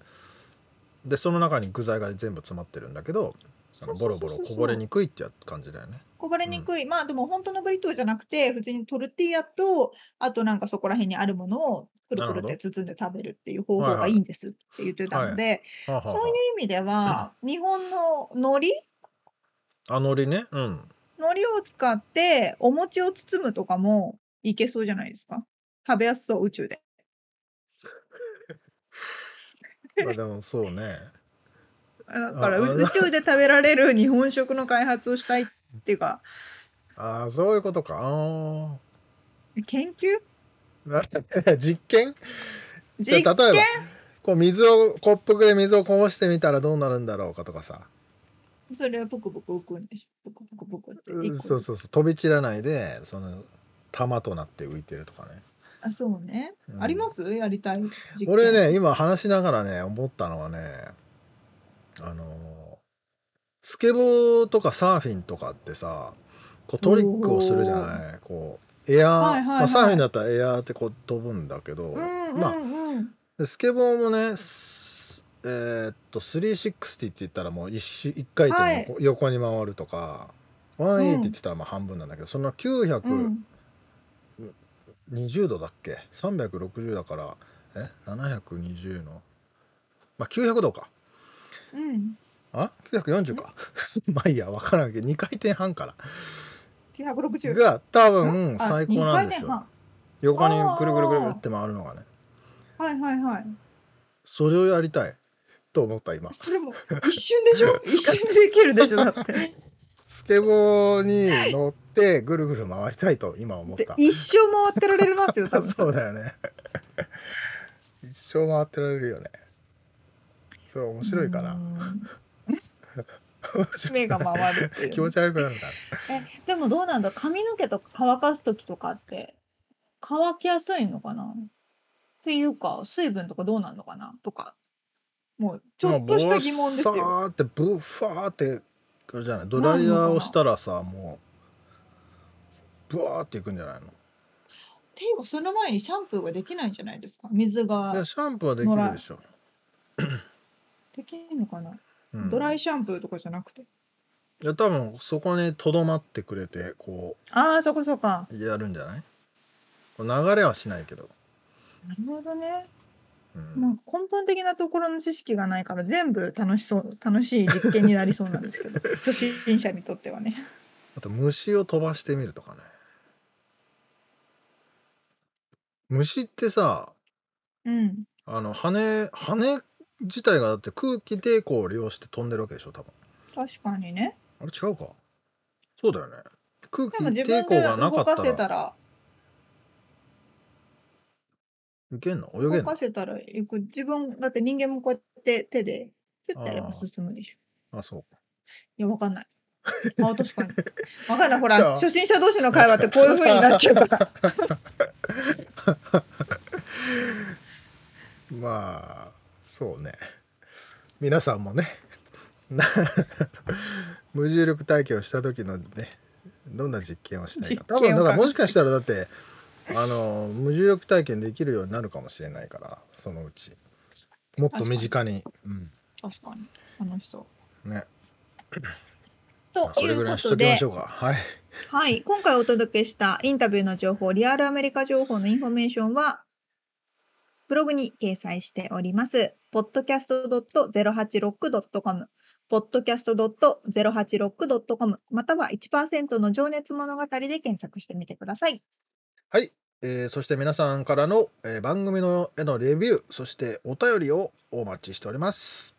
Speaker 2: でその中に具材が全部詰まってるんだけどあのボロボロこぼれにくいってや感じだよね
Speaker 1: こぼれにくい、まあでも本当のブリトーじゃなくて普通にトルティーヤとあとなんかそこら辺にあるものをくるくるって
Speaker 2: なる
Speaker 1: 包んで食べるっていう方法
Speaker 2: はいは
Speaker 1: が
Speaker 2: い
Speaker 1: いいんですって言ってたので、
Speaker 2: はあはあ
Speaker 1: そういう
Speaker 2: は
Speaker 1: 意味では、日本の海苔
Speaker 2: ああのりねうん
Speaker 1: 海苔を使ってお餅を包むとかもいけそうじゃないですか食べやすそう宇宙で
Speaker 2: まあでもそうね
Speaker 1: だから
Speaker 2: あ
Speaker 1: う
Speaker 2: あ
Speaker 1: 宇宙で食べられる日本食の開発をしたいっていうか
Speaker 2: ああそういうことかあー
Speaker 1: 研究
Speaker 2: 実験
Speaker 1: 実
Speaker 2: じゃ
Speaker 1: 験
Speaker 2: あ例えばこう水をコップで水をこぼしてみたらどうなるんだろうかとかさ
Speaker 1: それはブクブク浮くんでしょブクブクブクって一
Speaker 2: う
Speaker 1: 個
Speaker 2: そうそうそう飛び散らないでその玉となって浮いてるとかね、
Speaker 1: あそうね、
Speaker 2: うん
Speaker 1: ありますやりたい実験
Speaker 2: 俺ね今話しながらね思ったのはねあのースケボーとかサーフィンとかってさこうトリックをするじゃないこうエアー、
Speaker 1: はいはいはい
Speaker 2: まあ、サーフィンだったらエアーってこう飛ぶんだけ
Speaker 1: う
Speaker 2: ど、
Speaker 1: んうんうん、
Speaker 2: まあでスケボーもねすえーっと360って言ったらもう一周一回転横,、横に回るとか180って言ってたらまあ半分なんだけど、その900、
Speaker 1: うん
Speaker 2: 20度だっけ360だからえ720のまあ900度か
Speaker 1: うん
Speaker 2: あ940か まあいいや分からんけど2回転半から
Speaker 1: 960
Speaker 2: が多分最高なんです
Speaker 1: あ
Speaker 2: よ横にぐるぐるぐるぐるって回るのがね
Speaker 1: 二回転半はいはいはい
Speaker 2: それをやりたいと思った今
Speaker 1: それも一瞬でし ょ一瞬でできるでしょだって
Speaker 2: スケボーに乗ってぐるぐる回りたいと今思っ
Speaker 1: で
Speaker 2: た
Speaker 1: 一生回ってられますよ多分
Speaker 2: そうだよね一生回ってられるよねそれ面白いか
Speaker 1: う
Speaker 2: な
Speaker 1: ん
Speaker 2: 面白い
Speaker 1: 目が回るっていうね
Speaker 2: 気持ち悪くなるから
Speaker 1: えでもどうなんだ髪の毛とか乾かす時とかって乾きやすいのかなっていうか水分とかどうなんのかなとかもうちょっとした疑問ですよ。
Speaker 2: さーってブッファーってあれじゃないドライヤーをしたらさもうブワーっていくんじゃないの
Speaker 1: っていうかその前にシャンプーができないんじゃないですか水
Speaker 2: い
Speaker 1: が
Speaker 2: やシャンプーはできるでしょ、
Speaker 1: できるのかな、
Speaker 2: うん、
Speaker 1: ドライシャンプーとかじゃなくて
Speaker 2: いや多分そこにとどまってくれてこ
Speaker 1: ああそこそこか
Speaker 2: うやるんじゃないこう流れはしないけど、
Speaker 1: なるほどね、
Speaker 2: うん
Speaker 1: なんか根本的なところの知識がないから全部楽しそう楽しい実験になりそうなんですけど初心者にとってはね
Speaker 2: あと虫を飛ばしてみるとかね虫ってさ
Speaker 1: うん
Speaker 2: あの羽羽自体がだって空気抵抗を利用して飛んでるわけでしょ多分
Speaker 1: 確かにね
Speaker 2: あれ違うかそうだよね空
Speaker 1: で
Speaker 2: 気
Speaker 1: も自
Speaker 2: 抵
Speaker 1: 分
Speaker 2: 抗
Speaker 1: で
Speaker 2: がなか
Speaker 1: 動
Speaker 2: っ
Speaker 1: か
Speaker 2: た
Speaker 1: せた
Speaker 2: ら
Speaker 1: ら
Speaker 2: いけんの泳げ
Speaker 1: 動
Speaker 2: んの
Speaker 1: かせたら行く自分だって人間もこうやって手でキュッてやれ
Speaker 2: あ
Speaker 1: ば
Speaker 2: ー
Speaker 1: 進むでしょ
Speaker 2: あそう
Speaker 1: いやわかんないあ確かにわかんないほ
Speaker 2: じゃあ
Speaker 1: ら初心者同士の会話ってこういうふうになっちゃう から
Speaker 2: まあそうね皆さんもね な無重力体験をした時のねどんな実験をしたいか多
Speaker 1: 実験を考え
Speaker 2: 分だからもしかしたらだってあの無重力体験できるようになるかもしれないからそのうちもっと身近に
Speaker 1: 確かに楽しそう
Speaker 2: うんねまあ
Speaker 1: と
Speaker 2: そ
Speaker 1: い
Speaker 2: れぐ
Speaker 1: う
Speaker 2: ら
Speaker 1: こ
Speaker 2: いにしと
Speaker 1: と
Speaker 2: きま
Speaker 1: で
Speaker 2: しょうかはい
Speaker 1: はい、今回お届けしたインタビューの情報、リアルアメリカ情報のインフォメーションは、ブログに掲載しております。podcast.086.com、podcast.086.com、または1%の情熱物語で検索してみてください。
Speaker 2: えーそして皆さんからの、えー番組のへのレビューそしてお便りをお待ちしております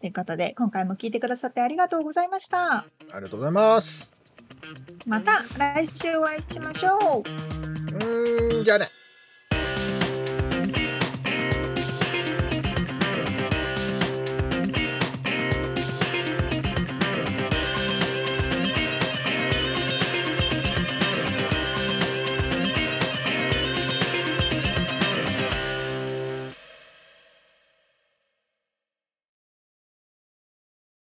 Speaker 1: ということで、今回も聞いてくださってありがとうございました。
Speaker 2: ありがとうございます
Speaker 1: また来週お会いしましょう。
Speaker 2: うーんじゃあね